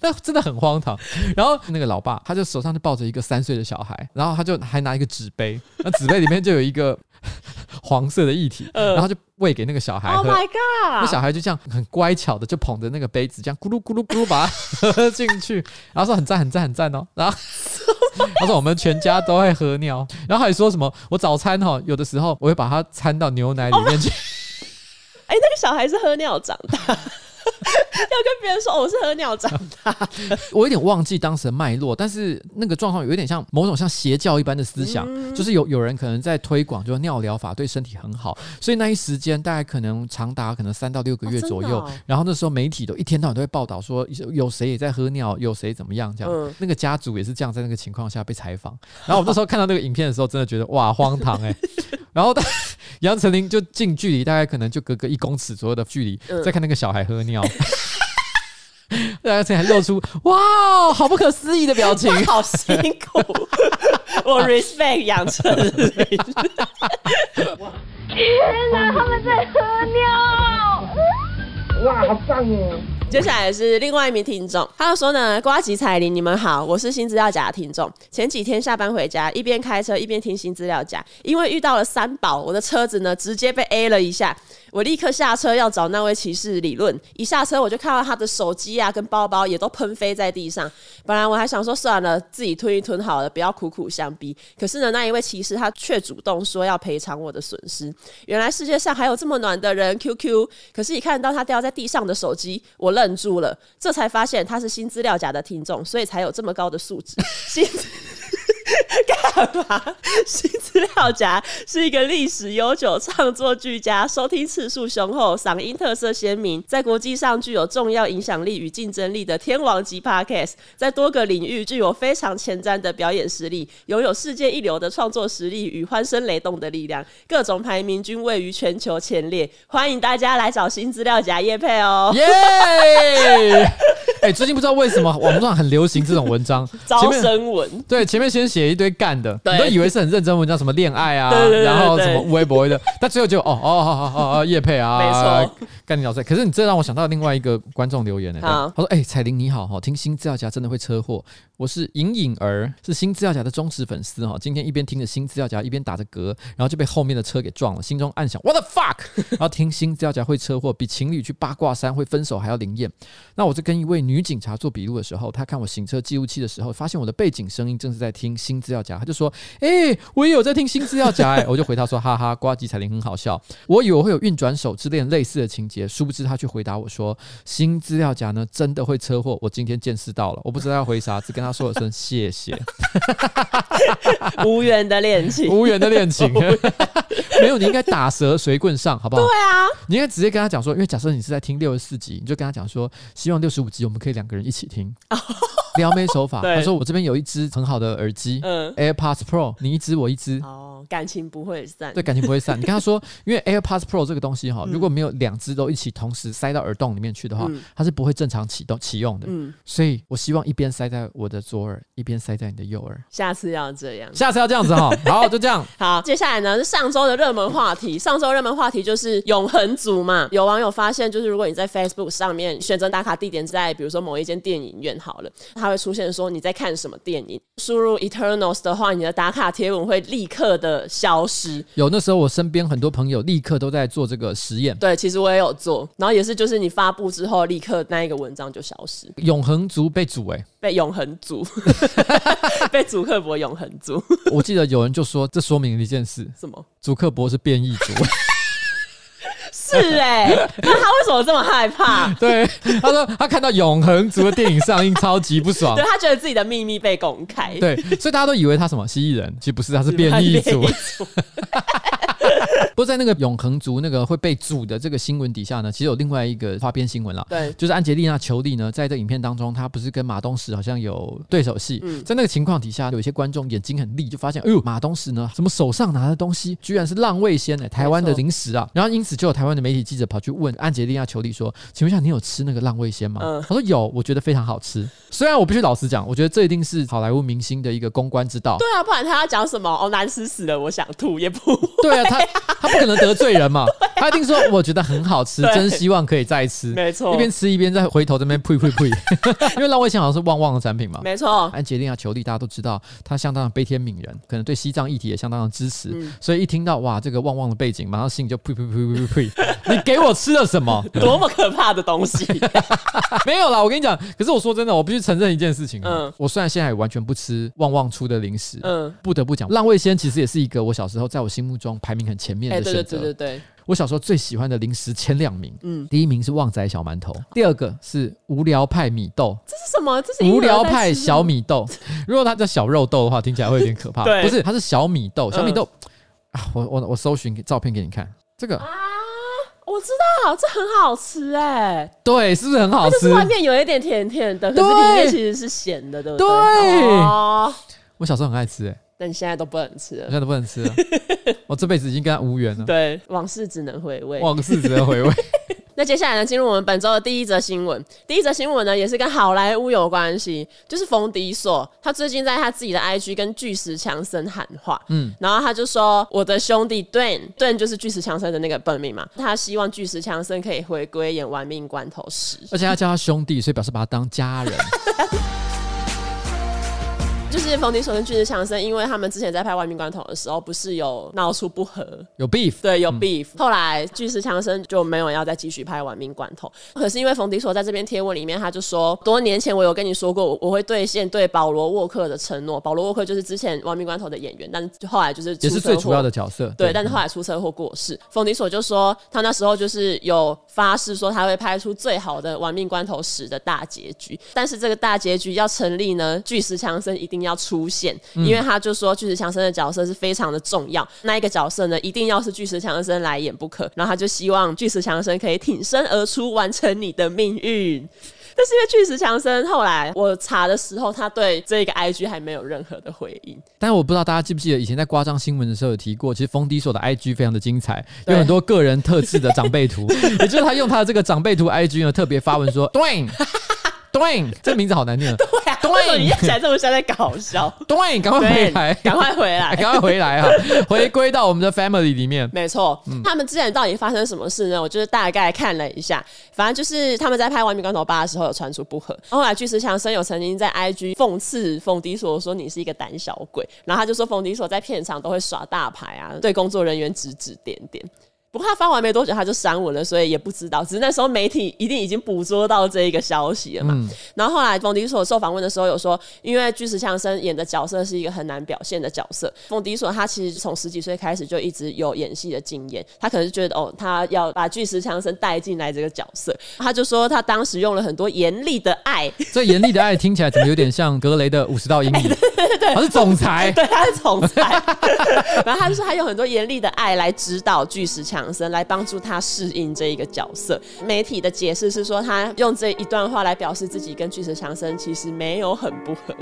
[SPEAKER 2] 那真的很荒唐。然后那个老爸，他就手上就抱着一个三岁的小孩，然后他就还拿一个纸杯，那纸杯里面就有一个 黄色的液体，然后就喂给那个小孩
[SPEAKER 1] o h 嗯
[SPEAKER 2] 喝。
[SPEAKER 1] Oh my
[SPEAKER 2] 那
[SPEAKER 1] god！
[SPEAKER 2] 小孩就这样很乖巧的，就捧着那个杯子，这样咕噜咕噜咕噜把它 喝进去，然后说很赞很赞很赞哦。然后他说我们全家都会喝尿，然后还说什么我早餐哈、哦，有的时候我会把它掺到牛奶里面去。
[SPEAKER 1] 哎、那个小孩是喝尿长大， 要跟别人说、哦我是喝尿长大。
[SPEAKER 2] 我有点忘记当时的脉络，但是那个状况有一点像某种像邪教一般的思想，
[SPEAKER 1] 嗯
[SPEAKER 2] 就是有有人可能在推广，就是尿疗法对身体很好，所以那一时间大概可能长达可能三到六个月
[SPEAKER 1] 哦
[SPEAKER 2] 左
[SPEAKER 1] 真的
[SPEAKER 2] 右。
[SPEAKER 1] 哦
[SPEAKER 2] 然后那时候媒体都一天到晚都会报道说有有谁也在喝尿，有谁怎么样这样。
[SPEAKER 1] 嗯
[SPEAKER 2] 那个家族也是这样，在那个情况下被采访。然后我那时候看到那个影片的时候，真的觉得哇荒 唐哎、然后他杨丞琳就近距离，大概可能就隔个一公尺左右的距离，
[SPEAKER 1] 嗯
[SPEAKER 2] 在看那个小孩喝尿。杨啊丞琳还露出 哇，好不可思议的 表情。
[SPEAKER 1] 好辛 苦，我 respect 杨丞琳。
[SPEAKER 5] 天哪，他们在喝尿！
[SPEAKER 1] 接下来是另外一名听众，他就说呢：“瓜吉彩铃，你们好，我是新资料夹的听众。前几天下班回家，一边开车一边听新资料夹，因为遇到了三宝，我的车子呢直接被 A 了一下，我立刻下车要找那位骑士理论。一下车我就看到他的手机啊跟包包也都喷飞在地上。本来我还想说算了，自己吞一吞好了，不要苦苦相逼。可是呢，那一位骑士他却主动说要赔偿我的损失。原来世界上还有这么暖的人，QQ。可是，一看到他掉在地上的手机，我愣住了，这才发现他是新资料夹的听众，所以才有这么高的素质。新资 干嘛？新资料夹是一个历史悠久、创作俱佳、收听次数雄厚、嗓音特色鲜明，在国际上具有重要影响力与竞争力的天王级 Podcast，在多个领域具有非常前瞻的表演实力，拥有世界一流的创作实力与欢声雷动的力量，各种排名均位于全球前列。欢迎大家来找新资料夹叶配哦。
[SPEAKER 2] 耶！哎，最近不知道为什么网络上很流行这种文章，前
[SPEAKER 1] 招
[SPEAKER 2] 面
[SPEAKER 1] 生文，
[SPEAKER 2] 对前面先写一堆干的，
[SPEAKER 1] 对
[SPEAKER 2] 你都以为是很认真文章，什么恋爱啊，
[SPEAKER 1] 对对对对
[SPEAKER 2] 然后什什么微博的，但最后就哦哦好好好好叶佩啊，
[SPEAKER 1] 没
[SPEAKER 2] 错，干你老师。可是你这让我想到另外一个观众留言呢、
[SPEAKER 1] 好
[SPEAKER 2] 他说：“哎、彩玲你好哈，听新资料夹真的会车祸，我是隐隐儿，是新资料夹的忠实粉丝哈。今天一边听着新资料夹，一边打着嗝，然后就被后面的车给撞了，心中暗想 What the fuck！然后听新资料夹会车祸，比情侣去八卦山会分手还要灵验。那我就跟一位女警察做笔录的时候，她看我行车记录器的时候，发现我的背景声音正是在听新资料夹，她就说：“哎、我也有在听新资料夹、哎，我就回她说：“哈哈，瓜吉彩铃很好笑。”我以为我会有运转手之恋类似的情节，殊不知她却回答我说：“新资料夹呢，真的会车祸。”我今天见识到了，我不知道要回啥，只跟她说了声谢谢。
[SPEAKER 1] 无缘的恋情。
[SPEAKER 2] 无缘的恋情， 没有，你应该打蛇随棍上，好不好？对
[SPEAKER 1] 啊，
[SPEAKER 2] 你应该直接跟他讲说，因为假设你是在听六十四集，你就跟他讲说，希望六十五集我们可以两个人一起听。 撩妹手法，
[SPEAKER 1] 哦对
[SPEAKER 2] 他说我这边有一只很好的耳机、
[SPEAKER 1] 嗯，
[SPEAKER 2] a i r p o d s Pro，你一只我一只，
[SPEAKER 1] 哦，感情不会散。
[SPEAKER 2] 对，感情不会散。你跟他说，因为 AirPods Pro 这个东西哈，
[SPEAKER 1] 嗯
[SPEAKER 2] 如果没有两只都一起同时塞到耳洞里面去的话，它是不会正常启动启用的。
[SPEAKER 1] 嗯
[SPEAKER 2] 所以我希望一边塞在我的左耳，一边塞在你的右耳。
[SPEAKER 1] 下次要这样。
[SPEAKER 2] 下次要这样子 哈，好，就这样。
[SPEAKER 1] 好，接下来呢是上周的热门话题。上周热门话题就是永恒族嘛。有网友发现，就是如果你在 Facebook 上面选择打卡地点在比如说某一间电影院好了，它会出现说你在看什么电影。输入 Eternals 的话，你的打卡贴文会立刻的消失。
[SPEAKER 2] 有那时候我身边很多朋友立刻都在做这个实验。
[SPEAKER 1] 对，其实我也有做，然后也是就是你发布之后，立刻那一个文章就消失，
[SPEAKER 2] 永恒族被煮哎、
[SPEAKER 1] 被永恒族， 被主克伯永恒族。
[SPEAKER 2] 我记得有人就说，这说明了一件事：
[SPEAKER 1] 什么？
[SPEAKER 2] 祖克伯是变异族。
[SPEAKER 1] 是哎、 那他为什么这么害怕？
[SPEAKER 2] 对，他说他看到永恒族的电影上映，超级不爽
[SPEAKER 1] 对。他觉得自己的秘密被公开。
[SPEAKER 2] 对，所以大家都以为他什么蜥蜴人，其实不是，他是变异
[SPEAKER 1] 变
[SPEAKER 2] 族
[SPEAKER 1] 异。
[SPEAKER 2] 不过在那个永恒族那个会被煮的这个新闻底下呢，其实有另外一个花边新闻啦。
[SPEAKER 1] 对
[SPEAKER 2] 就是安吉丽娜·裘丽呢，在这影片当中，她不是跟马东石好像有对手戏。在那个情况底下，有一些观众眼睛很利，就发现，哎呦，马东石呢，怎么手上拿的东西居然是浪味仙呢、台湾的零食啊！然后因此就有台湾的媒体记者跑去问安吉丽娜·裘丽说：“请问一下，你有吃那个浪味仙吗？”
[SPEAKER 1] 嗯
[SPEAKER 2] 她说：“有，我觉得非常好吃。”虽然我必须老实讲，我觉得这一定是好莱坞明星的一个公关之道。
[SPEAKER 1] 对啊，不然他要讲什么？哦，难吃死了，我想吐 也不会
[SPEAKER 2] 对啊，他他不可能得罪人 嘛，他一定说我觉得很好吃，
[SPEAKER 1] 对
[SPEAKER 2] 真希望可以再吃。
[SPEAKER 1] 没错
[SPEAKER 2] 一边吃一边再回头这边呸呸 呸，因为浪味仙好像是旺旺的产品嘛。
[SPEAKER 1] 没错，
[SPEAKER 2] 安吉丽娜·裘丽，大家都知道，她相当的悲天悯人，可能对西藏议题也相当的支持，
[SPEAKER 1] 嗯
[SPEAKER 2] 所以一听到哇这个旺旺的背景，马上心里就呸呸呸呸 呸呸，你给我吃了什么？
[SPEAKER 1] 多么可怕的东西！
[SPEAKER 2] 没有啦，我跟你讲，可是我说真的，我必须承认一件事情、啊，
[SPEAKER 1] 嗯
[SPEAKER 2] 我虽然现在也完全不吃旺旺出的零食，
[SPEAKER 1] 嗯
[SPEAKER 2] 不得不讲，浪味仙其实也是一个我小时候在我心目中排名很前面
[SPEAKER 1] 哎，
[SPEAKER 2] 的选
[SPEAKER 1] 对
[SPEAKER 2] 择。
[SPEAKER 1] 对对对对，
[SPEAKER 2] 我小时候最喜欢的零食前两名，嗯，第一名是旺仔小馒头，第二个是无聊派米豆，
[SPEAKER 1] 这是什么？这是婴儿
[SPEAKER 2] 无聊派
[SPEAKER 1] 在吃
[SPEAKER 2] 小米豆。 如果它叫小肉豆的话，听起来会有点可怕。
[SPEAKER 1] 对嗯
[SPEAKER 2] 不是，它是小米豆，小米豆、啊，我我我搜寻照片给你看，这个
[SPEAKER 1] 啊！我知道，这很好吃哎，
[SPEAKER 2] 对，是不是很好
[SPEAKER 1] 它就
[SPEAKER 2] 吃
[SPEAKER 1] 是？外面有一点甜甜的，可是
[SPEAKER 2] 对
[SPEAKER 1] 里面其实是咸的，对不对？
[SPEAKER 2] 对
[SPEAKER 1] 哦，
[SPEAKER 2] 我小时候很爱吃、欸，哎，
[SPEAKER 1] 但你现在都不能吃
[SPEAKER 2] 我
[SPEAKER 1] 了
[SPEAKER 2] 现。在都不能 吃了，我这辈子已经跟它无缘了。
[SPEAKER 1] 对，往事只能回味。
[SPEAKER 2] 往事值得回味。
[SPEAKER 1] 那接下来呢，进入我们本周的第一则新闻。第一则新闻呢，也是跟好莱坞有关系，就是冯迪索，他最近在他自己的 IG 跟巨石强森喊话，嗯，然后他就说：“我的兄弟 Dwayne，Dwayne 就是巨石强森的那个本名嘛，他希望巨石强森可以回归演《玩命关头时》，
[SPEAKER 2] 而且他叫他兄弟，所以表示把他当家人。
[SPEAKER 1] 就是冯迪索跟巨石强森，因为他们之前在拍《玩命关头》的时候，不是有闹出不和，
[SPEAKER 2] 有 beef，
[SPEAKER 1] 对，有 beef、后嗯来巨石强森就没有要再继续拍《玩命关头》，可是因为冯迪索在这边贴文里面，他就说多年前我有跟你说过，我我会兑现对保罗沃克的承诺。保罗沃克就是之前《玩命关头》的演员，但是后来就是出
[SPEAKER 2] 也是
[SPEAKER 1] 车
[SPEAKER 2] 最主
[SPEAKER 1] 祸
[SPEAKER 2] 要的。角色。
[SPEAKER 1] 对，但是后来出车祸过世，冯迪索就说他那时候就是有发誓说他会拍出最好的《玩命关头十》的大结局，但是这个大结局要成立呢，巨石强森一定要出现，因为他就说巨石强森的角色是非常的重要，那一个角色呢一定要是巨石强森来演不可，然后他就希望巨石强森可以挺身而出，完成你的命运。但是因为巨石强森后来我查的时候，他对这个 IG 还没有任何的回应。
[SPEAKER 2] 但是我不知道大家记不记得，以前在夸张新闻的时候有提过，其实冯迪所的 IG 非常的精彩，
[SPEAKER 1] 对
[SPEAKER 2] 有很多个人特制的长辈 图，也就是 他用他的这个长辈图 IG 呢，特别发文说 d w a n d w a n 这个名字好难念，
[SPEAKER 1] 对啊，为什么你
[SPEAKER 2] 对
[SPEAKER 1] 念起来这么像在搞笑？
[SPEAKER 2] 对，赶快回
[SPEAKER 1] 对
[SPEAKER 2] 来，，
[SPEAKER 1] 赶快回来，
[SPEAKER 2] 赶快回 来啊！回归到我们的 family 里面，
[SPEAKER 1] 没错，他们之前到底发生什么事呢？我就是大概看了一下，反正就是他们在拍《完美光头八》的时候有传出不和。后来巨石强森有曾经在 IG 讽刺冯迪索说你是一个胆小鬼，然后他就说冯迪索在片场都会耍大牌啊，对工作人员指指点点。不过他发完没多久他就删文了，所以也不知道。只是那时候媒体一定已经捕捉到这一个消息了嘛。然后后来冯迪索受访问的时候有说，因为巨石强森演的角色是一个很难表现的角色。冯迪索他其实从十几岁开始就一直有演戏的经验，他可能是觉得哦，他要把巨石强森带进来这个角色。他就说他当时用了很多严厉的爱，
[SPEAKER 2] 这严厉的爱听起来怎么有点像格雷的五 十道英语？他是总裁，
[SPEAKER 1] 对，他是总裁。 然后他就说，他用很多严厉的爱来指导巨石强森，来帮助他适应这一个角色。媒体的解释是说，他用这一段话来表示自己跟巨石强森其实没有很不合。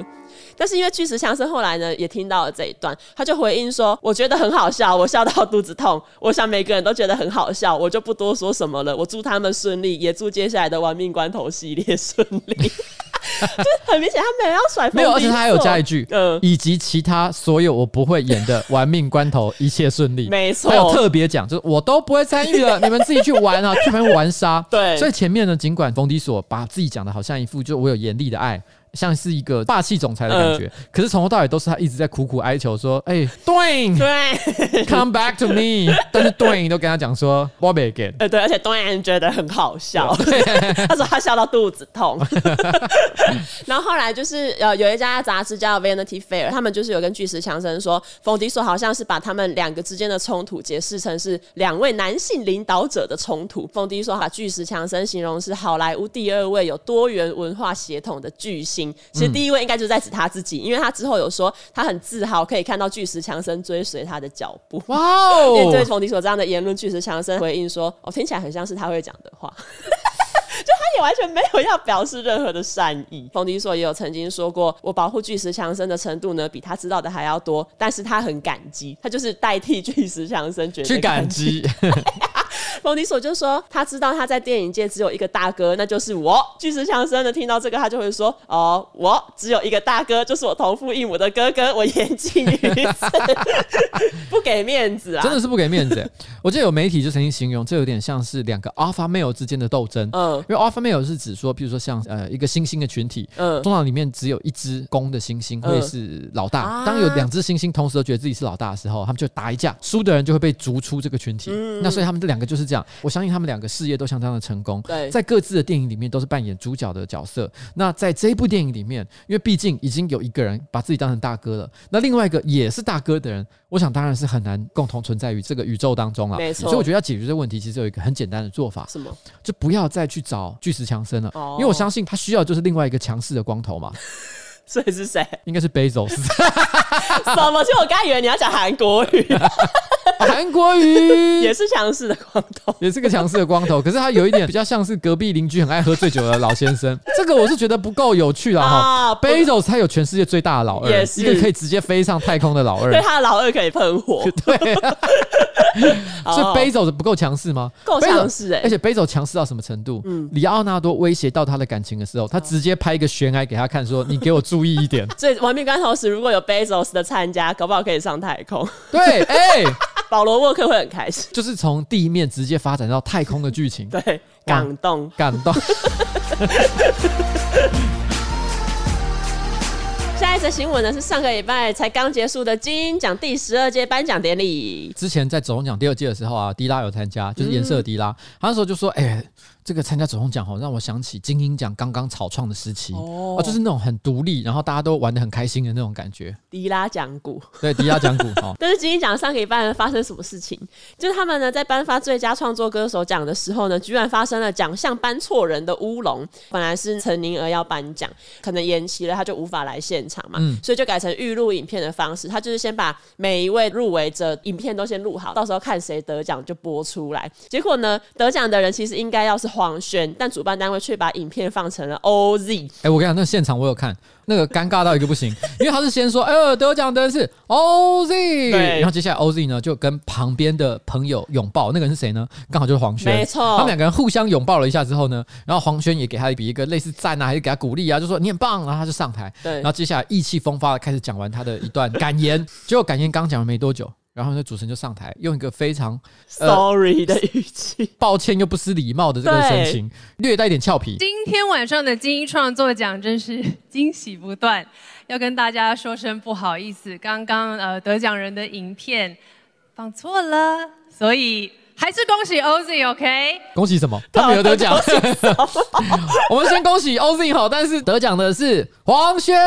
[SPEAKER 1] 但是因为巨石强森后来呢，也听到了这一段，他就回应说：“我觉得很好笑，我笑到肚子痛。我想每个人都觉得很好笑，我就不多说什么了。我祝他们顺利，也祝接下来的玩命关头系列顺利。” 就很明显，他没有要甩，
[SPEAKER 2] 没有，而且他还有加一句，
[SPEAKER 1] 嗯
[SPEAKER 2] 以及其他所有我不会演的玩命关头，一切顺利。
[SPEAKER 1] 没错
[SPEAKER 2] 还有特别讲，就是我都不会参与了，你们自己去玩 啊，去旁边玩沙。
[SPEAKER 1] 对
[SPEAKER 2] 所以前面呢，尽管冯迪索把自己讲的好像一副就我有严厉的爱。像是一个霸气总裁的感觉，
[SPEAKER 1] 嗯
[SPEAKER 2] 可是从头到尾都是他一直在苦苦哀求说：“哎、对 d
[SPEAKER 1] 对。
[SPEAKER 2] come back to me。”但是 Dwayne 都跟他讲说 w a b a g a i
[SPEAKER 1] 呃，对，而且东然觉得很好笑， 他说他笑到肚子痛。 然后后来就是呃，有一家杂志叫《Vanity Fair》，他们就是有跟巨石强森说，冯迪索好像是把他们两个之间的冲突解释成是两位男性领导者的冲突。冯迪索把巨石强森形容是好莱坞第二位有多元文化血统的巨星，其实第一位应该就是在指他自己，因为他之后有说他很自豪可以看到巨石强森追随他的脚步。
[SPEAKER 2] 哇哦！
[SPEAKER 1] 面对冯迪所这样的言论，巨石强森回应说：“哦，听起来很像是他会讲的话。” 就他也完全没有要表示任何的善意。冯迪所也有曾经说过：“我保护巨石强森的程度呢，比他知道的还要多，但是他很感激，他就是代替巨石强森觉得
[SPEAKER 2] 去感
[SPEAKER 1] 激。
[SPEAKER 2] 激，
[SPEAKER 1] 冯迪所就说：“他知道他在电影界只有一个大哥，那就是我。”巨石强森呢，听到这个他就会说：“哦，我只有一个大哥，就是我同父异母的哥哥，我言尽于此， 不给面子啊！”
[SPEAKER 2] 真的是不给面子欸。 我记得有媒体就曾经形容，这有点像是两个 alpha male 之间的斗争。
[SPEAKER 1] 嗯
[SPEAKER 2] 因为 alpha male 是指说，比如说像呃一个猩猩的群体，
[SPEAKER 1] 嗯
[SPEAKER 2] 通常里面只有一只公的猩猩
[SPEAKER 1] 嗯
[SPEAKER 2] 会是老大。
[SPEAKER 1] 啊
[SPEAKER 2] 当有两只猩猩同时都觉得自己是老大的时候，他们就打一架，输的人就会被逐出这个群体。
[SPEAKER 1] 嗯
[SPEAKER 2] 那所以他们这两个就是这样。我相信他们两个事业都相当的成功，
[SPEAKER 1] 对
[SPEAKER 2] 在各自的电影里面都是扮演主角的角色。那在这一部电影里面，因为毕竟已经有一个人把自己当成大哥了，那另外一个也是大哥的人，我想当然是很难共同存在于这个宇宙当中了。啊
[SPEAKER 1] 没错
[SPEAKER 2] 所以我觉得要解决这个问题，其实有一个很简单的做法，
[SPEAKER 1] 什么？
[SPEAKER 2] 就不要再去找巨石强森了，
[SPEAKER 1] 哦
[SPEAKER 2] 因为我相信他需要就是另外一个强势的光头嘛，
[SPEAKER 1] 所以是谁？
[SPEAKER 2] 应该 是 Bezos，
[SPEAKER 1] 什么？其实我刚以为你要讲韩国语，
[SPEAKER 2] 韩国瑜
[SPEAKER 1] 也是强势的光头。
[SPEAKER 2] 也是个强势的光头，可是他有一点比较像是隔壁邻居很爱喝醉酒的老先 生，这个我是觉得不够有趣了哈。
[SPEAKER 1] 啊不
[SPEAKER 2] Bezos 他有全世界最大的老二
[SPEAKER 1] 也，是
[SPEAKER 2] 一个可以直接飞上太空的老二
[SPEAKER 1] 对，，他的老二可以喷火，
[SPEAKER 2] 对，所以
[SPEAKER 1] 哦
[SPEAKER 2] Bezos 不够强势吗？
[SPEAKER 1] 够
[SPEAKER 2] Bezos-
[SPEAKER 1] 强势欸嗯
[SPEAKER 2] 而且 Bezos 强势到什么程度？里奥纳多威胁到他的感情的时候，他直接拍一个悬崖给他看，说：“你给我注意一 点。
[SPEAKER 1] 所以《亡命关头时》如果有 Bezos 的参加，搞不好可以上太空。”
[SPEAKER 2] 对，哎、
[SPEAKER 1] 保罗沃克会很开心，
[SPEAKER 2] 就是从地面直接发展到太空的剧情，
[SPEAKER 1] 对，感动。
[SPEAKER 2] 感动。
[SPEAKER 1] 下一则新闻呢是上个礼拜才刚结束的金鹰奖第十二届颁奖典礼，
[SPEAKER 2] 之前在走红奖第二届的时候啊，迪拉有参加，就是颜色迪拉，他那时候就说：“哎、这个参加走红奖哦，让我想起金鹰奖刚刚草创的时期哦、啊，就是那种很独立，然后大家都玩的很开心的那种感觉。
[SPEAKER 1] 迪拉奖股。”
[SPEAKER 2] 对，迪拉讲股哦，
[SPEAKER 1] 但是金鹰奖上个礼拜呢发生什么事情？就是他们呢在颁发最佳创作歌手奖的时候呢，居然发生了奖项颁错人的乌龙。本来是陈宁儿要颁奖，可能延期了，他就无法来现场嘛，
[SPEAKER 2] 嗯
[SPEAKER 1] 所以就改成预录影片的方式。他就是先把每一位入围者影片都先录好，到时候看谁得奖就播出来。结果呢，得奖的人其实应该要是黄轩，但主办单位却把影片放成了 OZ。
[SPEAKER 2] 哎、我跟你讲，那现场我有看，那个尴尬到一个不行，因为他是先说，哎呦，得奖的是 OZ，
[SPEAKER 1] 对
[SPEAKER 2] 然后接下来 OZ 呢就跟旁边的朋友拥抱，那个人是谁呢？刚好就是黄轩，
[SPEAKER 1] 没错
[SPEAKER 2] 他们两个人互相拥抱了一下之后呢，然后黄轩也给他一笔一个类似赞啊，还是给他鼓励啊，就说你很棒，然后他就上台，
[SPEAKER 1] 对
[SPEAKER 2] 然后接下来意气风发的开始讲完他的一段感言， 结果感言刚讲完没多久。然后呢，主持人就上台，用一个非常呃
[SPEAKER 1] sorry 的语气，
[SPEAKER 2] 抱歉又不失礼貌的这个神情，略带一点俏皮。
[SPEAKER 6] 今天晚上的金一创作奖真是 惊喜不断，要跟大家说声不好意思，刚刚呃得奖人的影片放错了，所以还是恭喜 OZ OK。
[SPEAKER 2] 恭喜什么？他没有得奖。 我们先恭喜 OZ 好，但是得奖的是黄轩。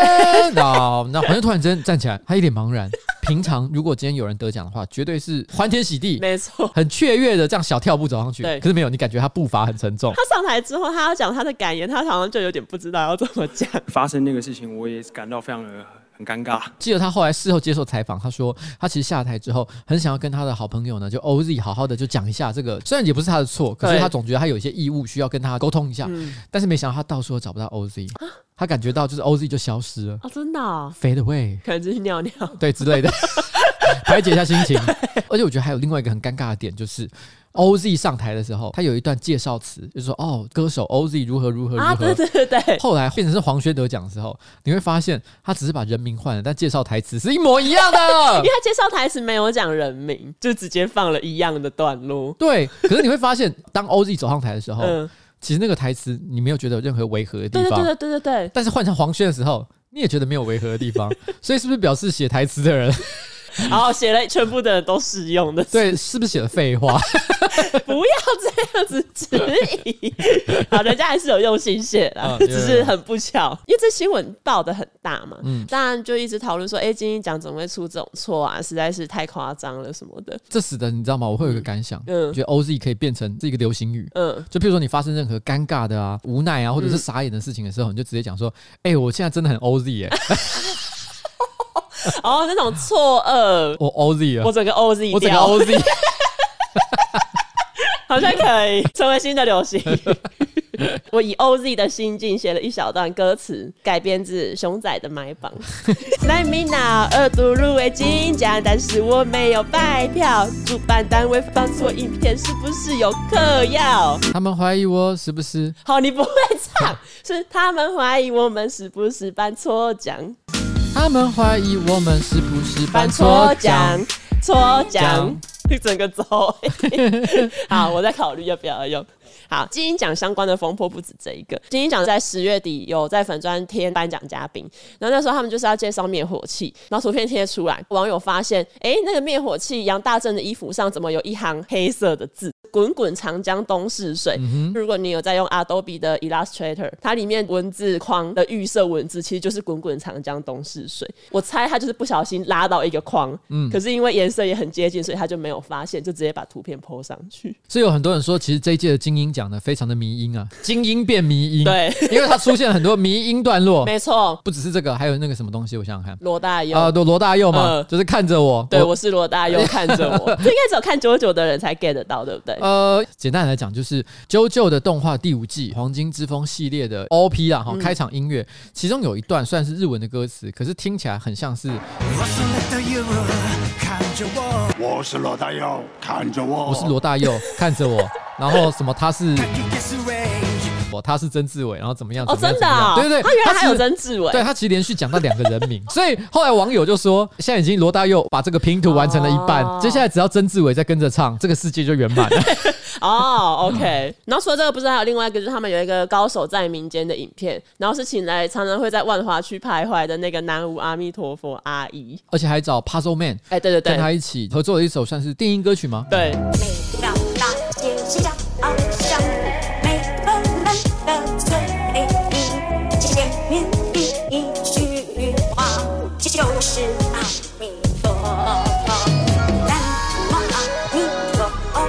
[SPEAKER 2] 好，那黄轩突然之间站起来，他一脸茫然。平常如果今天有人得奖的话，绝对是欢天喜地，
[SPEAKER 1] 没错。
[SPEAKER 2] 很雀跃的这样小跳步走上去。
[SPEAKER 1] 对
[SPEAKER 2] 可是没有，你感觉他步伐很沉 重。
[SPEAKER 1] 他上台之后，他要讲他的感言，他好像就有点不知道要怎么讲。
[SPEAKER 7] 发生那个事情，我也感到非常的很尴尬。
[SPEAKER 2] 记得他后来事后接受采访，他说他其实下台之后很想要跟他的好朋友呢，就 OZ 好好的就讲一下这个，虽然也不是他的错，可是
[SPEAKER 1] 对
[SPEAKER 2] 他总觉得他有一些义务需要跟他沟通一下，但是没想到他到处都找不到 OZ，他感觉到就是 OZ 就消失了
[SPEAKER 1] 哦，真的、哦，
[SPEAKER 2] ，fade away，
[SPEAKER 1] 可能就是尿尿。
[SPEAKER 2] 对之类的， 排解一下心 情。而且我觉得还有另外一个很尴尬的点就是。OZ 上台的时候，他有一段介绍词，就是说哦，歌手 OZ 如何如何如何，
[SPEAKER 1] 啊，对对对对，
[SPEAKER 2] 后来变成是黄轩得奖的时候，你会发现他只是把人名换了，但介绍台词是一模一样的
[SPEAKER 1] 因为。他介绍台词没有讲人名，就直接放了一样的段落。
[SPEAKER 2] 对，可是你会发现，当 OZ 走上台的时候，
[SPEAKER 1] 嗯，
[SPEAKER 2] 其实那个台词你没有觉得有任何违和的地
[SPEAKER 1] 对对
[SPEAKER 2] 方，
[SPEAKER 1] 对对对对对，
[SPEAKER 2] 但是换成黄轩的时候，你也觉得没有违和的地方，所以是不是表示写台词的人
[SPEAKER 1] 然后写了全部的人都适用的，
[SPEAKER 2] 对是不是写的废话？
[SPEAKER 1] 不要这样子质疑。好，人家还是有用心写啦
[SPEAKER 2] 啊，
[SPEAKER 1] 只是很不巧，因为这新闻报的很大嘛，当然就一直讨论说，哎、金鹰奖怎么会出这种错啊？实在是太夸张了什么的。
[SPEAKER 2] 这使得你知道吗？我会有一个感想，
[SPEAKER 1] 嗯
[SPEAKER 2] 觉得 OZ 可以变成这个流行语。
[SPEAKER 1] 嗯，
[SPEAKER 2] 就譬如说，你发生任何尴尬的啊、无奈啊，或者是傻眼的事情的时候，你就直接讲说：“哎、我现在真的很 OZ 哎、
[SPEAKER 1] 哦，那种错愕，
[SPEAKER 2] 我 OZ 啊，
[SPEAKER 1] 我整个 OZ
[SPEAKER 2] 我整个
[SPEAKER 1] 掉，
[SPEAKER 2] OZ。”
[SPEAKER 1] 好像可以成为新的流行 语。我以 OZ 的心境写了一小段歌词，改编自熊仔的《买 榜》。奈米娜二度入围金奖，但是我没有拜票。主办单位放错影片，是不是有嗑药？
[SPEAKER 2] 他们怀疑我是不是？
[SPEAKER 1] 好，你不会唱，是他们怀疑我们是不是办错奖？
[SPEAKER 2] 他们怀疑我们是不是
[SPEAKER 1] 办
[SPEAKER 2] 办
[SPEAKER 1] 错
[SPEAKER 2] 错
[SPEAKER 1] 奖
[SPEAKER 2] 奖？，
[SPEAKER 1] 错奖
[SPEAKER 2] 奖，
[SPEAKER 1] 一整个走。好，我在考虑要不要用。好，金鹰奖相关的风波不止这一个。金鹰奖在十月底有在粉专贴颁奖嘉宾，然后那时候他们就是要介绍灭火器，然后图片贴出来，网友发现，诶，那个灭火器杨大正的衣服上怎么有一行黑色的字？滚滚长江东逝水。如果你有在用 Adobe 的 Illustrator，它里面文字框的预设文字其实就是“滚滚长江东逝水”。我猜他就是不小心拉到一个框，可是因为颜色也很接近，所以他就没有发现，就直接把图片 PO 上去。
[SPEAKER 2] 所以有很多人说，其实这一届的精英奖呢，非常的迷 音啊，精英变迷音，
[SPEAKER 1] 对，
[SPEAKER 2] 因为它出现了很多迷音段 落，
[SPEAKER 1] 没错，
[SPEAKER 2] 不只是这个，还有那个什么东西，我想想看。
[SPEAKER 1] 罗大佑。
[SPEAKER 2] 啊，罗罗大佑嘛，
[SPEAKER 1] 呃
[SPEAKER 2] 就是看着我，
[SPEAKER 1] 对，我是罗大佑，看着我， 哦这应该只有看九九的人才 get 得到，对不对？
[SPEAKER 2] 呃，简单来讲，就是《啾啾》的动画第五季《黄金之风》系列的 OP 啦，
[SPEAKER 1] 嗯
[SPEAKER 2] 哈、开场音乐，其中有一段虽然是日文的歌词，可是听起来很像是
[SPEAKER 8] 我是罗大佑，看着我。
[SPEAKER 2] 我是罗大
[SPEAKER 1] 哦
[SPEAKER 2] 佑，看着我，然后什么他是我，他是曾志伟，然后怎么样？
[SPEAKER 1] 哦，
[SPEAKER 2] 怎么
[SPEAKER 1] 真的、
[SPEAKER 2] 样怎么样
[SPEAKER 1] 哦，
[SPEAKER 2] 对对，
[SPEAKER 1] 他原来还有
[SPEAKER 2] 其实
[SPEAKER 1] 曾志伟，
[SPEAKER 2] 对他其实连续讲到两个人名，所以后来网友就说，现在已经罗大佑把这个拼图完成了一半，
[SPEAKER 1] 哦
[SPEAKER 2] 接下来只要曾志伟再跟着唱，这个世界就圆满了。
[SPEAKER 1] 哦、o k 然后除了这个，不是还有另外一个，就是他们有一个高手在民间的影片，然后是请来常常会在万华区徘徊的那个南无阿弥陀佛阿姨。
[SPEAKER 2] 而且还找 Puzzle Man
[SPEAKER 1] 哎、对对
[SPEAKER 2] 跟他
[SPEAKER 1] 对，
[SPEAKER 2] 一起合作了一首算是电音歌曲吗？
[SPEAKER 1] 对，
[SPEAKER 5] 每到大街小巷，每个人的嘴里，见面第一句话就是阿弥陀佛，南无阿弥陀佛，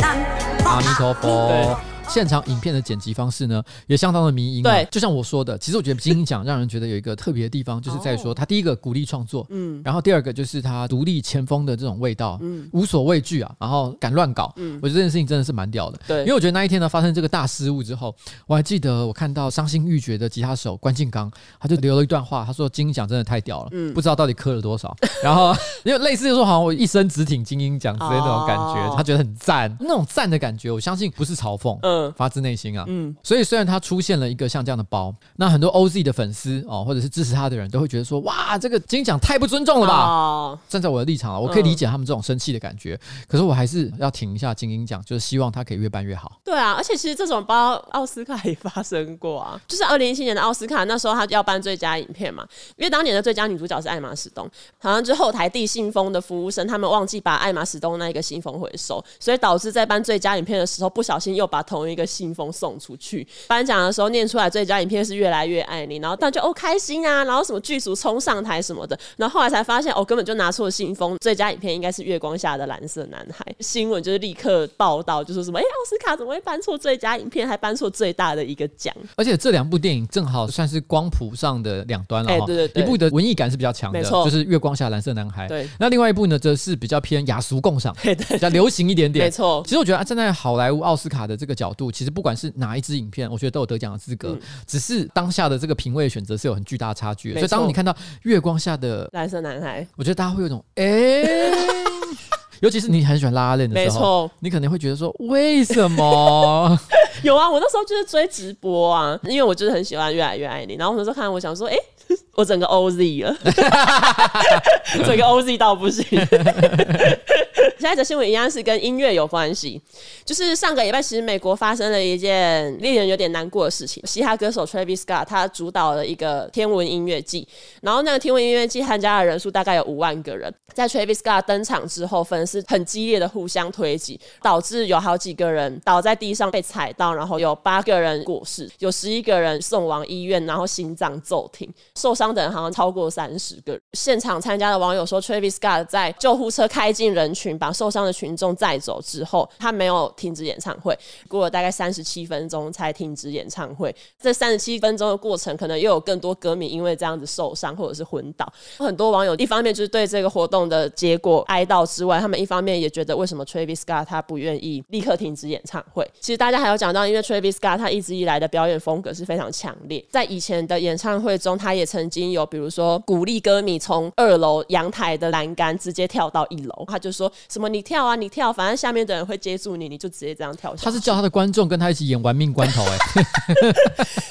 [SPEAKER 5] 南无
[SPEAKER 2] 阿弥陀佛
[SPEAKER 1] 对。
[SPEAKER 2] 现场影片的剪辑方式呢，也相当的迷因、啊。
[SPEAKER 1] 对
[SPEAKER 2] 就像我说的，其实我觉得金鹰奖让人觉得有一个特别的地方，就是在于说，他第一个鼓励创作，嗯，然后第二个就是他独立前锋的这种味道，嗯，无所畏惧啊，然后敢乱搞，嗯，我觉得这件事情真的是蛮屌的。
[SPEAKER 1] 对
[SPEAKER 2] 因为我觉得那一天呢发生这个大失误之后，我还记得我看到伤心欲绝的吉他手关敬刚，他就留了一段话，他说金鹰奖真的太屌了，不知道到底磕了多少。然后 因为类似就说好像我一生只挺金鹰奖之类的那种感觉，
[SPEAKER 1] 哦
[SPEAKER 2] 他觉得很赞，那种赞的感觉，我相信不是嘲讽，
[SPEAKER 1] 嗯
[SPEAKER 2] 发自内心啊，所以虽然他出现了一个像这样的包，那很多 OZ 的粉丝哦，或者是支持他的人都会觉得说，哇，这个金奖太不尊重了吧。
[SPEAKER 1] 哦，嗯
[SPEAKER 2] 站在我的立场啊，我可以理解他们这种生气的感觉，可是我还是要挺一下金鹰奖，就是希望他可以越办越好。
[SPEAKER 1] 对啊，而且其实这种包奥斯卡也发生过啊，就是二零一七年的奥斯卡，那时候他要颁最佳影片嘛，因为当年的最佳女主角是艾玛史东，好像就后台递信封的服务生他们忘记把艾玛史东那一个信封回收，所以导致在颁最佳影片的时候不小心又把同一个信封送出去。颁奖的时候念出来最佳影片是越来越爱你，然后大家就哦开心啊，然后什么剧组冲上台什么的，然后后来才发现哦根本就拿错信封，最佳影片应该是月光下的蓝色男孩。新闻就是立刻报道，就说什么哎奥斯卡怎么会颁错最佳影片，还颁错最大的一个奖？
[SPEAKER 2] 而且这两部电影正好算是光谱上的两端了哈、
[SPEAKER 1] 哎对对对
[SPEAKER 2] 一部的文艺感是比较强的，
[SPEAKER 1] 没错
[SPEAKER 2] 就是《月光下蓝色男孩》。
[SPEAKER 1] 对
[SPEAKER 2] 那另外一部呢，则是比较偏雅俗共赏，
[SPEAKER 1] 对对对
[SPEAKER 2] 比较流行一点点。
[SPEAKER 1] 没错
[SPEAKER 2] 其实我觉得、啊、站在好莱坞奥斯卡的这个角度，其实不管是哪一支影片，我觉得都有得奖的资格，只是当下的这个评位选择是有很巨大的差距
[SPEAKER 1] 嗯
[SPEAKER 2] 的。
[SPEAKER 1] 没
[SPEAKER 2] 所以
[SPEAKER 1] 错
[SPEAKER 2] 当你看到《月光 下的》，
[SPEAKER 1] 蓝色男孩，
[SPEAKER 2] 我觉得大家会有一种哎。 尤其是你很喜欢拉拉链的时
[SPEAKER 1] 没
[SPEAKER 2] 候
[SPEAKER 1] 错，
[SPEAKER 2] 你可能会觉得说为什么？
[SPEAKER 1] 有啊，我那时候就是追直播啊，因为我就是很喜欢《越来越爱你》，然后我那时候看，我想说，哎、我整个 OZ 了， 整个 OZ 到不行。 下一则新闻一样是跟音乐有关系，就是上个礼拜，其实美国发生了一件令人有点难过的事情。嘻哈歌手 Travis Scott 他主导了一个天文音乐季，然后那个天文音乐季参加的人数大概有五万个人。在 Travis Scott 登场之后，粉丝很激烈的互相推挤，导致有好几个人倒在地上被踩到，然后有八个人过世，有十一个人送往医院，然后心脏骤停，受伤的人好像超过三十个人。现场参加的网友说，Travis Scott 在救护车开进人群，把受伤的群众载走之后，他没有停止演唱会，过了大概三十七分钟才停止演唱会。这三十七分钟的过程，可能又有更多歌迷因为这样子受伤或者是昏倒。很多网友一方面就是对这个活动的结果哀悼之外，他们一方面也觉得为什么 Travis Scott 他不愿意立刻停止演唱会。其实大家还有讲到，因为 Travis Scott 他一直以来的表演风格是非常强烈，在以前的演唱会中，他也曾经有比如说鼓励歌迷从二楼阳台的栏杆直接跳到一楼，他就说什么你跳啊你跳，反正下面的人会接住你，你就直接这样跳下去。
[SPEAKER 2] 他是叫他的观众跟他一起演玩命关头、哎，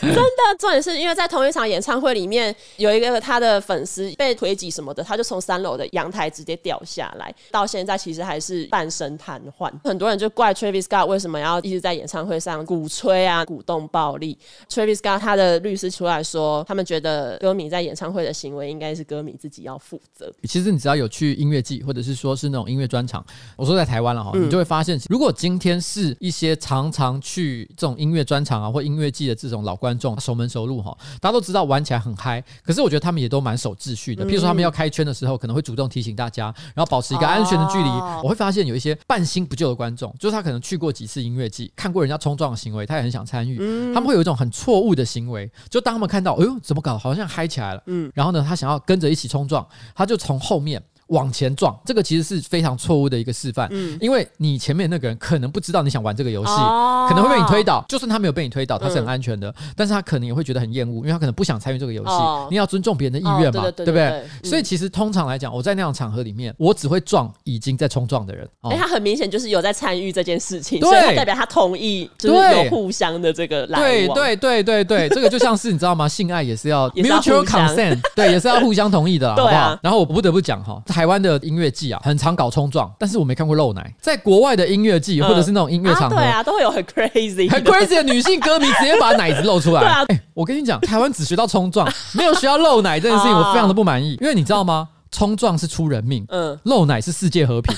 [SPEAKER 1] 那重点是因为在同一场演唱会里面，有一个他的粉丝被推挤什么的，他就从三楼的阳台直接掉下来，到现在其实还是半身瘫痪。很多人就怪 Travis Scott 为什么要一直在演唱会上鼓吹啊、鼓动暴力。Travis Scott 他的律师出来说，他们觉得歌迷在演唱会的行为应该是歌迷自己要负责。
[SPEAKER 2] 其实你只要有去音乐季，或者是说是那种音乐专场，我说在台湾了哈，你就会发现，如果今天是一些常常去这种音乐专场啊或音乐季的这种老观众，熟门熟路哈，大家都知道玩起来很嗨，可是我觉得他们也都蛮守秩序的。譬如说他们要开圈的时候，可能会主动提醒大家，然后保持一个安全的距离。我会发现有一些半新不旧的观众，就是他可能去过几次音乐季，看过人家冲撞的行为，他也很想参与，他们会有一种很错误的行为，就当他们看到，哎呦，怎么搞，好像嗨起来了，然后呢，他想要跟着一起冲撞，他就从后面。往前撞，这个其实是非常错误的一个示范，
[SPEAKER 1] 嗯
[SPEAKER 2] 因为你前面那个人可能不知道你想玩这个游戏，
[SPEAKER 1] 哦嗯
[SPEAKER 2] 可能会被你推倒。就算他没有被你推倒，他是很安全的，但是他可能也会觉得很厌恶，因为他可能不想参与这个游戏。
[SPEAKER 1] 哦
[SPEAKER 2] 你要尊重别人的意愿嘛，
[SPEAKER 1] 哦对
[SPEAKER 2] 对
[SPEAKER 1] 对对
[SPEAKER 2] 不
[SPEAKER 1] 对对嗯
[SPEAKER 2] 所以其实通常来讲，我在那样场合里面，我只会撞已经在冲撞的人。哦
[SPEAKER 1] 哎、他很明显就是有在参与这件事情，
[SPEAKER 2] 对
[SPEAKER 1] 所以他代表他同意，就是
[SPEAKER 2] 对
[SPEAKER 1] 有互相的这个来
[SPEAKER 2] 对
[SPEAKER 1] 往。
[SPEAKER 2] 对对 对对，这个就像是你知道吗？性爱也是要
[SPEAKER 1] 也是要
[SPEAKER 2] mutual
[SPEAKER 1] 互相
[SPEAKER 2] consent，对，也是要互相同意的啦，好
[SPEAKER 1] 对
[SPEAKER 2] 不
[SPEAKER 1] 啊
[SPEAKER 2] 好？然后我不得不讲哈，台湾的音乐季啊，很常搞冲撞，但是我没看过露奶。在国外的音乐季
[SPEAKER 1] 嗯
[SPEAKER 2] 或者是那种音乐场合
[SPEAKER 1] 啊，对，啊，都会有很 crazy 的
[SPEAKER 2] 很 crazy 的女性歌迷直接把奶子 露出来。
[SPEAKER 1] 对啊
[SPEAKER 2] 哎我跟你讲，台湾只学到冲撞，没有学到露奶这件事情，
[SPEAKER 1] 哦
[SPEAKER 2] 我非常的不满意，因为你知道吗？冲撞是出人命，
[SPEAKER 1] 嗯，
[SPEAKER 2] 漏奶是世界和 平。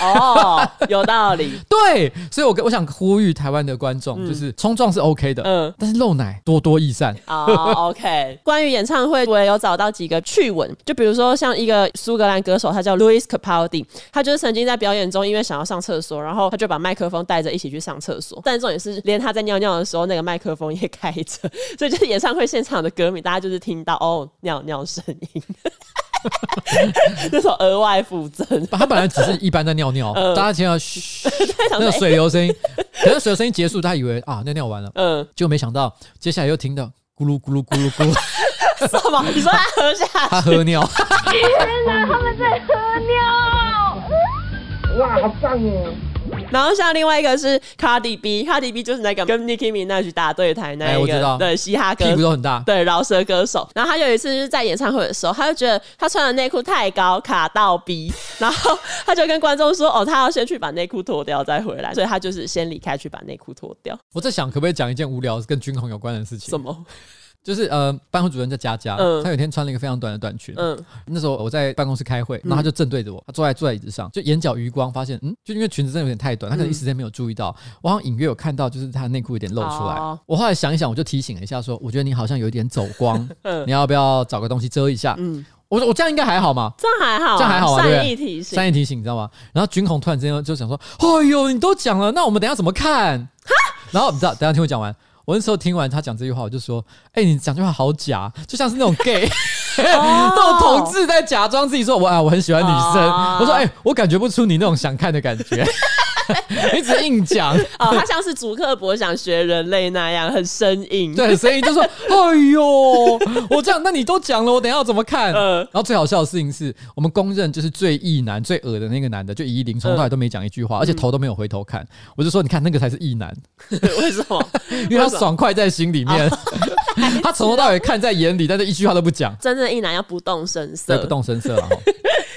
[SPEAKER 1] 哦，有道理，
[SPEAKER 2] 对，所以我跟我想呼吁台湾的观众，就是冲撞是 OK 的，
[SPEAKER 1] 嗯
[SPEAKER 2] 但是漏奶多多益善。
[SPEAKER 1] 哦、o k 关于演唱会，我也有找到几个趣闻，就比如说像一个苏格兰歌手，他叫 Louis Capaldi，他就是曾经在表演中因为想要上厕所，然后他就把麦克风带着一起去上厕所，但重点是连他在尿尿的时候，那个麦克风也开着，所以就是演唱会现场的歌迷，大家就是听到哦尿尿声音， 这首额外附赠，
[SPEAKER 2] 他本来只是一般在尿 尿，
[SPEAKER 1] 嗯
[SPEAKER 2] 大家听到嘘那个水流声音，可能水流声音结束，他以为啊尿尿完了，
[SPEAKER 1] 嗯，
[SPEAKER 2] 就没想到接下来又听到咕噜咕噜咕噜咕噜，
[SPEAKER 1] 哎什么？你说他喝下去
[SPEAKER 2] 他喝尿，
[SPEAKER 1] 然后像另外一个是 Cardi B，Cardi B 就是那个跟 Nicki Minaj 打对台那
[SPEAKER 2] 哎
[SPEAKER 1] 一
[SPEAKER 2] 我知
[SPEAKER 1] 个，
[SPEAKER 2] 道
[SPEAKER 1] 对嘻哈歌
[SPEAKER 2] 屁股都很大。
[SPEAKER 1] 对饶舌歌手。然后他有一次就是在演唱会的时候，他就觉得他穿的内裤太高，卡到鼻，然后他就跟观众说：“哦，他要先去把内裤脱掉再回来。”所以他就是先离开去把内裤脱掉。
[SPEAKER 2] 我在想可不可以讲一件无聊跟军红有关的事情
[SPEAKER 1] 什？么？
[SPEAKER 2] 就是呃，班会主任叫佳佳，
[SPEAKER 1] 嗯
[SPEAKER 2] 她有一天穿了一个非常短的短裙，
[SPEAKER 1] 嗯
[SPEAKER 2] 那时候我在办公室开会，然后他就正对着我，他坐在坐在椅子上，就眼角余光发现，嗯，就因为裙子真的有点太短，他可
[SPEAKER 1] 嗯
[SPEAKER 2] 能一时间没有注意到，我好像隐约有看到，就是他的内裤有点露出来。
[SPEAKER 1] 哦
[SPEAKER 2] 我后来想一想，我就提醒了一下说，我觉得你好像有点走光，
[SPEAKER 1] 嗯
[SPEAKER 2] 你要不要找个东西遮一下？
[SPEAKER 1] 嗯，
[SPEAKER 2] 我说我这样应该还好嘛。
[SPEAKER 1] 这样还好啊、
[SPEAKER 2] 这样还好啊对不
[SPEAKER 1] 善
[SPEAKER 2] 对
[SPEAKER 1] 意提醒
[SPEAKER 2] 善。意提醒，你知道吗？然后军红突然之间就想说：“哎呦，你都讲了，那我们等一下怎么看？”然后你知道，等一下听我讲完。我那时候听完他讲这句话，我就说：“哎、你讲这句话好假，就像是那种 gay，、那种同志在假装自己说我啊我很喜欢女生。
[SPEAKER 1] 哦
[SPEAKER 2] 我说：“哎、我感觉不出你那种想看的 感觉，你只是硬讲。”
[SPEAKER 1] 哦，他像是祖克伯想学人类那样很生 硬。
[SPEAKER 2] 对，所以就说：“哎呦，我这样，那你都讲了，我等一下要怎么看？”
[SPEAKER 1] 嗯
[SPEAKER 2] 然后最好笑的事情是我们公认就是最异男、最恶的那个男的，就一零从头到尾都没讲一句话，而且头都没有回头看。我就说：“你看那个才是异男，
[SPEAKER 1] 为什么？
[SPEAKER 2] 因为他爽快在心里 面，他从头到尾看在眼里，但是一句话都不讲，
[SPEAKER 1] 真正的一男要不动声色，
[SPEAKER 2] 所以不动声色了。吼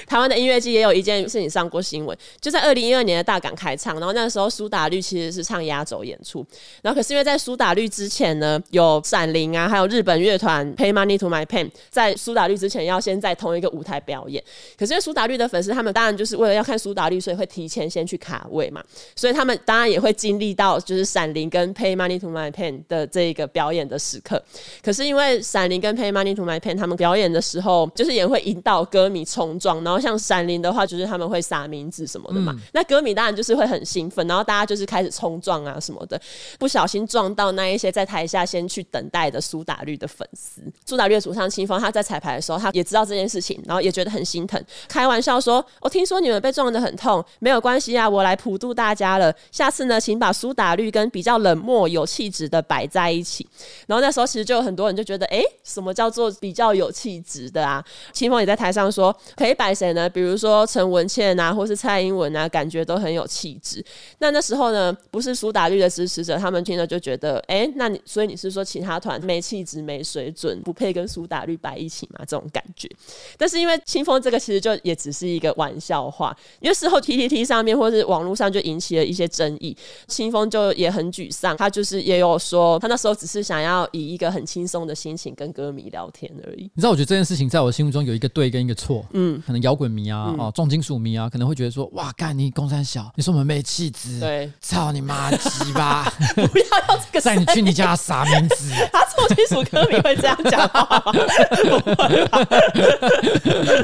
[SPEAKER 1] 台湾的音乐季也有一件事情上过新闻，就在二零一二年的大港开唱，然后那个时候苏打绿其实是唱压轴演出，然后可是因为在苏打绿之前呢，有闪灵啊，还有日本乐团 Pay Money to My Pain，在苏打绿之前要先在同一个舞台表演，可是因为苏打绿的粉丝他们当然就是为了要看苏打绿，所以会提前先去卡位嘛，所以他们当然也会经历到就是闪灵跟 Pay Money to My Pain 的这一个表演的时刻，可是因为闪灵跟 Pay Money to My Pen 他们表演的时候，就是也会引导歌迷冲撞，然后像闪灵的话，就是他们会撒名字什么的嘛，那歌迷当然就是会很兴奋，然后大家就是开始冲撞啊什么的，不小心撞到那一些在台下先去等待的苏打绿的粉丝。苏打绿的主唱清风他在彩排的时候，他也知道这件事情，然后也觉得很心疼，开玩笑说：“我、听说你们被撞得很痛，没有关系啊，我来普渡大家了。下次呢，请把苏打绿跟比较冷漠有气质的摆在一起。”然后那时候其实就有很多人就觉得，哎、什么叫做比较有气质的啊？清风也在台上说，可以摆谁呢？啊比如说陈文茜啊，或是蔡英文啊，感觉都很有气质。那那时候呢，不是苏打绿的支持者，他们听了就觉得，哎、那你所以你是说其他团没气质、没水准，不配跟苏打绿摆一起吗？这种感觉。但是因为清风这个其实就也只是一个玩笑话，因为事后 PPT 上面或是网络上就引起了一些争议。清风就也很沮丧，他就是也有说，他那时候只是想要以一个很轻松的心情跟歌迷聊天而已。
[SPEAKER 2] 你知道，我觉得这件事情在我心目中有一个对跟一个错。嗯，可能摇滚迷啊，哦，重金属迷啊，可能会觉得说：“哇，干你公山小，你说我们没气质，
[SPEAKER 1] 对，
[SPEAKER 2] 操你妈鸡巴！”
[SPEAKER 1] 不要用这个
[SPEAKER 2] 在你
[SPEAKER 1] 声
[SPEAKER 2] 去
[SPEAKER 1] 音
[SPEAKER 2] 你家撒名字，
[SPEAKER 1] 他重金属歌迷会这样讲话吗？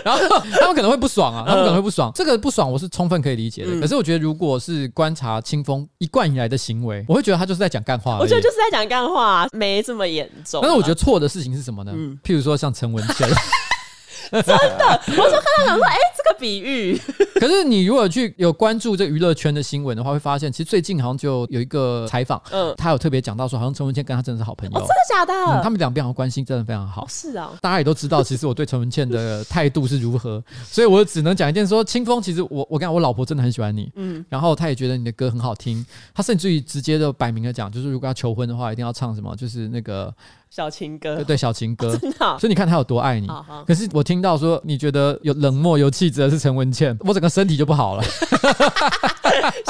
[SPEAKER 2] 然后他们可能会不爽
[SPEAKER 1] 嗯
[SPEAKER 2] 啊，他们可能会不爽。这个不爽我是充分可以理解的，可是我觉得如果是观察清风一贯以来的行为，我会觉得他就是在讲干话而已。
[SPEAKER 1] 我觉得就是在讲干话、没这么严重啊。
[SPEAKER 2] 但是我觉得错的事情是什么呢？
[SPEAKER 1] 嗯
[SPEAKER 2] 譬如说像陈文 茜，
[SPEAKER 1] 我就看到想说，哎、这个比喻，
[SPEAKER 2] 可是你如果去有关注这娱乐圈的新闻的话，会发现其实最近好像就有一个采访，
[SPEAKER 1] 嗯
[SPEAKER 2] 他有特别讲到说，好像陈文茜跟他真的是好朋友，
[SPEAKER 1] 哦，真的假的？
[SPEAKER 2] 嗯他们两边好像关系真的非常好。
[SPEAKER 1] 是啊，
[SPEAKER 2] 大家也都知道，其实我对陈文茜的态度是如 何，所以我只能讲一件说，清风其实我我跟你讲我老婆真的很喜欢你，嗯，然后她也觉得你的歌很好听，她甚至于直接就摆明了讲，就是如果要求婚的话，一定要唱什么，就是那个
[SPEAKER 1] 小情歌
[SPEAKER 2] 对，对小情歌，
[SPEAKER 1] 呃 真的哦啊
[SPEAKER 2] 所以你看她有多爱你
[SPEAKER 1] 好好。
[SPEAKER 2] 可是我 听到说你觉得有冷漠有气质的是陈文茜，我整个身体就不好了，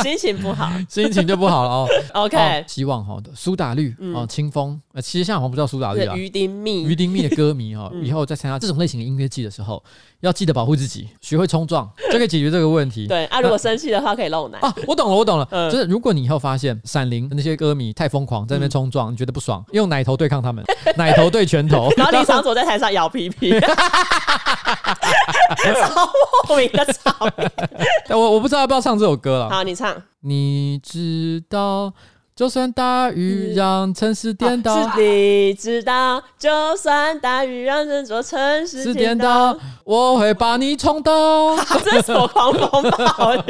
[SPEAKER 1] 心情不好。
[SPEAKER 2] 心情就不 好了哦。
[SPEAKER 1] OK，嗯
[SPEAKER 2] 哦希望哈，苏打绿哦，清风，呃，其实现在好像不叫苏打绿
[SPEAKER 1] 是
[SPEAKER 2] 啊，
[SPEAKER 1] 鱼丁
[SPEAKER 2] 于
[SPEAKER 1] 蜜，
[SPEAKER 2] 丁密的 歌迷哦，
[SPEAKER 1] 嗯
[SPEAKER 2] 以后在参加这种类型的音乐季的时候，要记得保护自己，学会冲撞，就可以解决这个问题。
[SPEAKER 1] 对啊，如果生气的话可以露奶。
[SPEAKER 2] 啊，我懂了，我懂了，
[SPEAKER 1] 嗯
[SPEAKER 2] 就是如果你以后发现《闪灵》的那些歌迷太疯狂，在那边冲撞，你觉得不爽，用奶头对抗他 们，奶头对拳头，
[SPEAKER 1] 然后李长佐在台上咬屁屁，超莫名的吵。
[SPEAKER 2] 但 我我不知道要不要唱这首歌了。
[SPEAKER 1] 好，你唱。
[SPEAKER 2] 你知道，就算大
[SPEAKER 1] 嗯
[SPEAKER 2] 雨让城市颠倒，
[SPEAKER 1] 是你知道，就算大雨让人做城市
[SPEAKER 2] 是
[SPEAKER 1] 颠
[SPEAKER 2] 颠
[SPEAKER 1] 倒
[SPEAKER 2] 倒。，我会把你冲倒。
[SPEAKER 1] 这是什么狂风暴雨？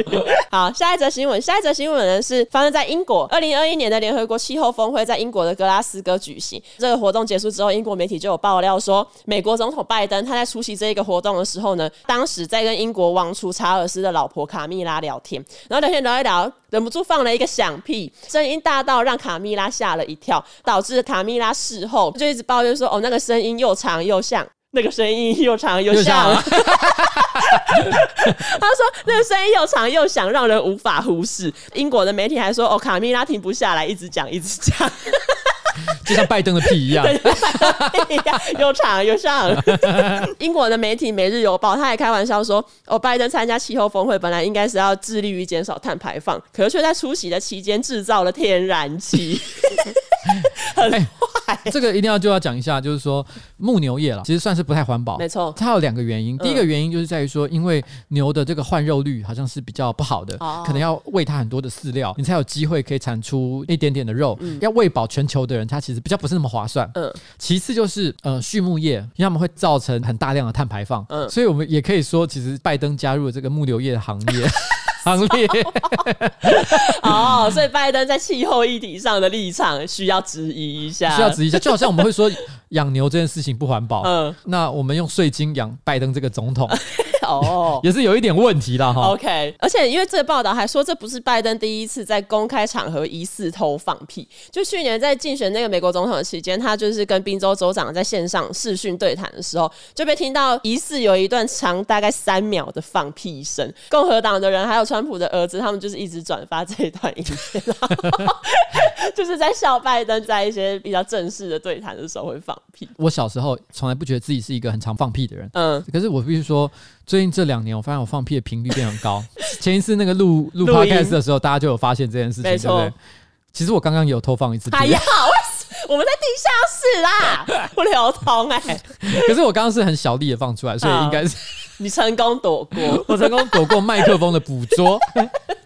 [SPEAKER 1] 好，下一则新闻，下一则新闻呢是发生在英国。二零二一年的联合国气候峰会在英国的格拉斯哥举行。这个活动结束之后，英国媒体就有爆料说，美国总统拜登他在出席这一个活动的时候呢，当时在跟英国王储查尔斯的老婆卡蜜拉聊天，然后聊天聊一聊，忍不住放了一个响屁，声音大到让卡蜜拉吓了一跳，导致卡蜜拉事后就一直抱怨说：“哦，那个声音又长又像。”那个声音又长又
[SPEAKER 2] 又
[SPEAKER 1] 像
[SPEAKER 2] 像，
[SPEAKER 1] 他说那个声音又长又响，让人无法忽视。英国的媒体还说，哦，卡蜜拉停不下来，一直讲，一直讲，
[SPEAKER 2] 啊就像拜登的屁 一样。
[SPEAKER 1] 又长又响。 英国的媒体《每日邮报》他还开玩笑说，哦，拜登参加气候峰会本来应该是要致力于减少碳排放，可是却在出席的期间制造了天然 气。
[SPEAKER 2] 这个一定要就要讲一下，就是说牧牛业了，其实算是不太环保。
[SPEAKER 1] 没错嗯
[SPEAKER 2] 它有两个原因。第一个原因就是在于说，因为牛的这个换肉率好像是比较不好的，
[SPEAKER 1] 哦
[SPEAKER 2] 可能要喂它很多的饲料，你才有机会可以产出一点点的肉。要喂饱全球的人，它其实比较不是那么划算。
[SPEAKER 1] 嗯
[SPEAKER 2] 其次就是呃畜牧业，因为他们会造成很大量的碳排放。
[SPEAKER 1] 嗯
[SPEAKER 2] 所以我们也可以说，其实拜登加入了这个牧牛业的行 业。行列，
[SPEAKER 1] 哦，所以拜登在气候议题上的立场需要质疑一下，
[SPEAKER 2] 需要质疑一下，就好像我们会说养牛这件事情不环保，
[SPEAKER 1] 嗯
[SPEAKER 2] 那我们用税金养拜登这个总统，
[SPEAKER 1] 哦。
[SPEAKER 2] 也是有一点问题啦哈。
[SPEAKER 1] OK，而且因为这个报道还说，这不是拜登第一次在公开场合疑似偷放屁。就去年在竞选那个美国总统的期间，他就是跟宾州州长在线上视讯对谈的时候，就被听到疑似有一段长大概三秒的放屁声。共和党的人还有川普的儿子，他们就是一直转发这一段影片， 然后就是在笑拜登在一些比较正式的对谈的时候会放屁。
[SPEAKER 2] 我小时候从来不觉得自己是一个很常放屁的人，
[SPEAKER 1] 嗯，
[SPEAKER 2] 可是我必须说，最近这两年我发现我放屁的频率变得 很高。前一次那个录录
[SPEAKER 1] 录音
[SPEAKER 2] podcast 的时候，大家就有发现这件事情，
[SPEAKER 1] 没
[SPEAKER 2] 对不
[SPEAKER 1] 错
[SPEAKER 2] 对？其实我刚刚也有偷放一次屁，
[SPEAKER 1] 哎呀，我们在地下室啦，不流通哎、
[SPEAKER 2] 可是我刚刚是很小力的放出来，所以应该是
[SPEAKER 1] 你成功躲 过。
[SPEAKER 2] 我成功躲过麦克风的捕捉。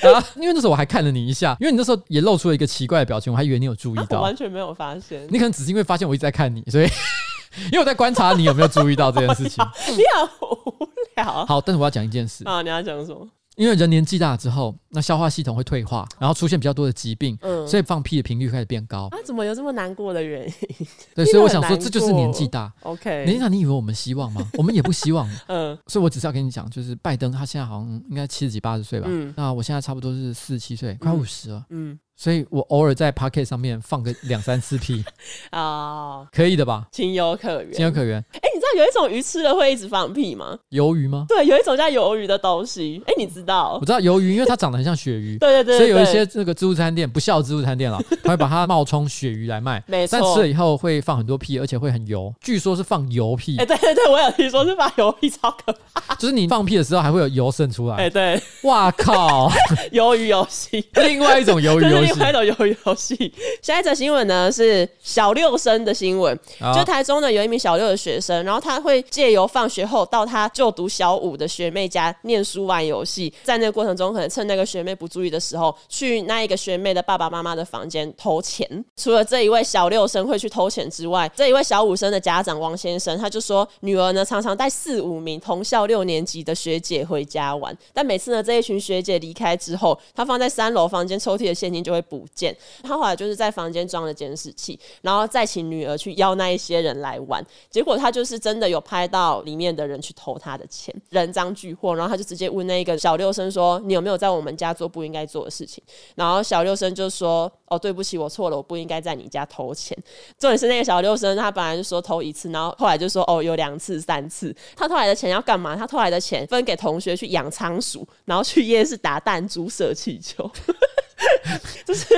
[SPEAKER 2] 然后，因为那时候我还看了你一下，因为你那时候也露出了一个奇怪的表情，我还以为你有注意
[SPEAKER 1] 啊我
[SPEAKER 2] 到
[SPEAKER 1] 完。全没有发现。
[SPEAKER 2] 你可能只是因为发现我一直在看你，所以 因为我在观察你有没有注意到这件 事情。
[SPEAKER 1] 你好无聊
[SPEAKER 2] 好，但是我要讲一件事，
[SPEAKER 1] 啊！你要讲什么？
[SPEAKER 2] 因为人年纪大之后，那消化系统会退化，然后出现比较多的疾病，
[SPEAKER 1] 嗯
[SPEAKER 2] 所以放屁的频率开始变高。
[SPEAKER 1] 啊，怎么有这么难过的原因
[SPEAKER 2] 对，
[SPEAKER 1] 听
[SPEAKER 2] 所以
[SPEAKER 1] 得
[SPEAKER 2] 我
[SPEAKER 1] 很
[SPEAKER 2] 想说，
[SPEAKER 1] 难
[SPEAKER 2] 这就是
[SPEAKER 1] 过
[SPEAKER 2] 年纪大。
[SPEAKER 1] ？OK，
[SPEAKER 2] 年纪大，你以为我们希望吗？我们也不希望。
[SPEAKER 1] 嗯
[SPEAKER 2] 所以我只是要跟你讲，就是拜登他现在好像应该七十几、八十岁吧。
[SPEAKER 1] 嗯
[SPEAKER 2] 那我现在差不多是四十七岁，快五十了。
[SPEAKER 1] 嗯
[SPEAKER 2] 所以我偶尔在 p o c k e t 上面放个两三次屁，
[SPEAKER 1] 啊，
[SPEAKER 2] 可以的吧？
[SPEAKER 1] 情有可原。
[SPEAKER 2] 情有可原。
[SPEAKER 1] 哎，你知道有一种鱼吃了会一直放屁吗？
[SPEAKER 2] 鱿鱼吗？
[SPEAKER 1] 对，有一种叫鱿鱼的东西。哎，你知道
[SPEAKER 2] 我？知道鱿鱼，因为它长得很像鳕鱼。
[SPEAKER 1] 对对对对
[SPEAKER 2] 所以有一些这个自助餐店不孝自助餐店了，他会把 它冒充鳕鱼来卖，
[SPEAKER 1] 没错
[SPEAKER 2] 但吃了以后会放很多屁，而且会很油，据说是放油屁
[SPEAKER 1] 哎，，对对对，我有听说是把鱿鱼超可怕。
[SPEAKER 2] 就是你放屁的时候还会有油渗出来
[SPEAKER 1] 哎，。对，
[SPEAKER 2] 哇靠！
[SPEAKER 1] 鱿鱼游戏。
[SPEAKER 2] 另外一种 鱿鱼
[SPEAKER 1] 这是
[SPEAKER 2] 游戏
[SPEAKER 1] 另，外一种鱿鱼游戏。下一则新闻呢是小六生的新闻，
[SPEAKER 2] 啊
[SPEAKER 1] 就台中呢有一名小六的学生，然后他会借由放学后到他就读小五的学妹家念书玩游戏，在那个过程中可能趁那个学妹不注意的时候，去那一个学妹的爸爸妈妈的房间偷钱。除了这一位小六生会去偷钱之外，这一位小五生的家长王先生他就说，女儿呢常常带四五名同校六年级的学姐回家玩，但每次呢这一群学姐离开之后，他放在三楼房间抽屉的现金就会不见。他后来就是在房间装了监视器，然后再请女儿去邀那一些人来玩。结果他就是真的有拍到里面的人去偷他的钱，人赃俱获。然后他就直接问那个小六生说：“你有没有在我们家做不应该做的事情？”然后小六生就说：“哦，对不起，我错了，我不应该在你家偷钱。”重点是那个小六生，他本来就说偷一次，然后后来就说哦有两次、三次。他偷来的钱要干嘛？他偷来的钱分给同学去养仓鼠，然后去夜市打弹珠、射气球。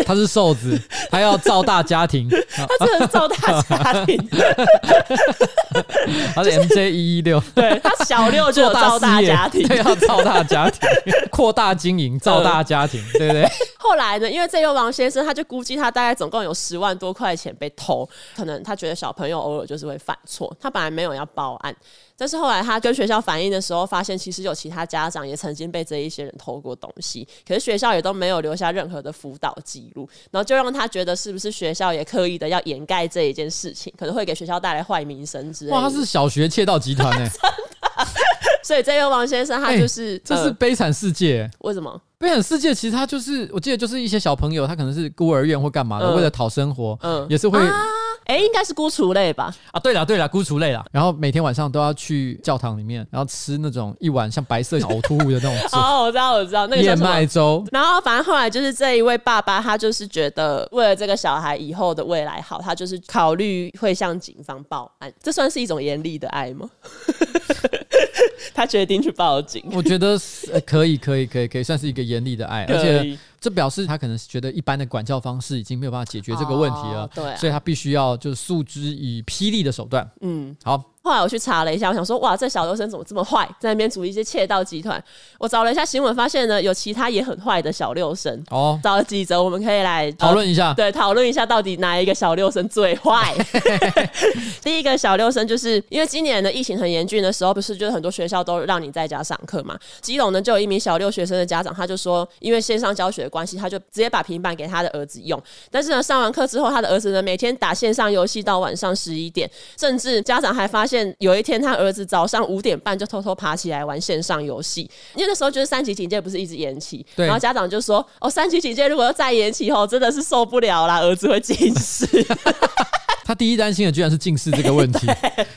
[SPEAKER 2] 他是瘦子，他要造大 家庭，
[SPEAKER 1] 他真的造大家 庭，
[SPEAKER 2] 他是 MJ 一一六，
[SPEAKER 1] 对他小六就有造大家庭。
[SPEAKER 2] 对，要造大家庭， 扩大经营，造大家庭，对不对？
[SPEAKER 1] 后来呢，因为这位王先生他就估计他大概总共有十万多块钱被偷，可能他觉得小朋友偶尔就是会犯错，他本来没有要报案，但是后来他跟学校反映的时候，发现其实有其他家长也曾经被这一些人偷过东西，可是学校也都没有留下任何的辅导记录，然后就让他觉得是不是学校也刻意的要掩盖这一件事情，可能会给学校带来坏名声之类
[SPEAKER 2] 哇，他
[SPEAKER 1] 的。
[SPEAKER 2] 是小学窃盗集团哎、
[SPEAKER 1] 所以这位王先生 他
[SPEAKER 2] 哎
[SPEAKER 1] 就是、
[SPEAKER 2] 这是
[SPEAKER 1] 呃
[SPEAKER 2] 悲惨世界、欸
[SPEAKER 1] 为什么？
[SPEAKER 2] 悲惨世界其实他就是，我记得就是一些小朋友，他可能是孤儿院或干嘛的，
[SPEAKER 1] 嗯
[SPEAKER 2] 为了讨生活，
[SPEAKER 1] 嗯啊
[SPEAKER 2] 也是会啊
[SPEAKER 1] 哎、应该是孤雏类吧？
[SPEAKER 2] 对了对了，孤雏类啦，然后每天晚上都要去教堂里面，然后吃那种一碗像白色呕吐物的那种
[SPEAKER 1] 哦，我知道，我知道，那个叫
[SPEAKER 2] 燕
[SPEAKER 1] 什么
[SPEAKER 2] 麦粥，
[SPEAKER 1] 然后反正后来就是这一位爸爸，他就是觉得为了这个小孩以后的未来好，他就是考虑会向警方报案。这算是一种严厉的爱吗？ 他决定去报警。
[SPEAKER 2] 我觉得 是、呃可以，可以，可以，可以算是一个严厉的爱，而
[SPEAKER 1] 可
[SPEAKER 2] 且
[SPEAKER 1] 以
[SPEAKER 2] 这表示他可能是觉得一般的管教方式已经没有办法解决这个问题了，
[SPEAKER 1] 哦对啊
[SPEAKER 2] 所以他必须要就是诉之以霹雳的手段。嗯，好，
[SPEAKER 1] 后来我去查了一下，我想说，哇，这小留生怎么这么坏，在那边组一些窃盗集团？我找了一下新闻，发现呢，有其他也很坏的小六生。
[SPEAKER 2] 哦，
[SPEAKER 1] 找了几则，我们可以来
[SPEAKER 2] 讨论一下
[SPEAKER 1] 对，讨论一下到底哪一个小六生最坏。第一个小六生就是因为今年的疫情很严峻的时候，不是就是很多学校都让你在家上课嘛？基隆呢就有一名小六学生的家长，他就说，因为线上教学的关系，他就直接把平板给他的儿子用。但是呢，上完课之后，他的儿子呢每天打线上游戏到晚上十一点，甚至家长还发现有一天他儿子早上五点半就偷偷爬起来玩线上游戏，因为那时候就是三级警戒不是一直延期，
[SPEAKER 2] 对
[SPEAKER 1] 然后家长就说：“哦，三级警戒如果要再延期哦，真的是受不了啦，儿子会近 视。
[SPEAKER 2] 他第一担心的居然是近视这个问 题。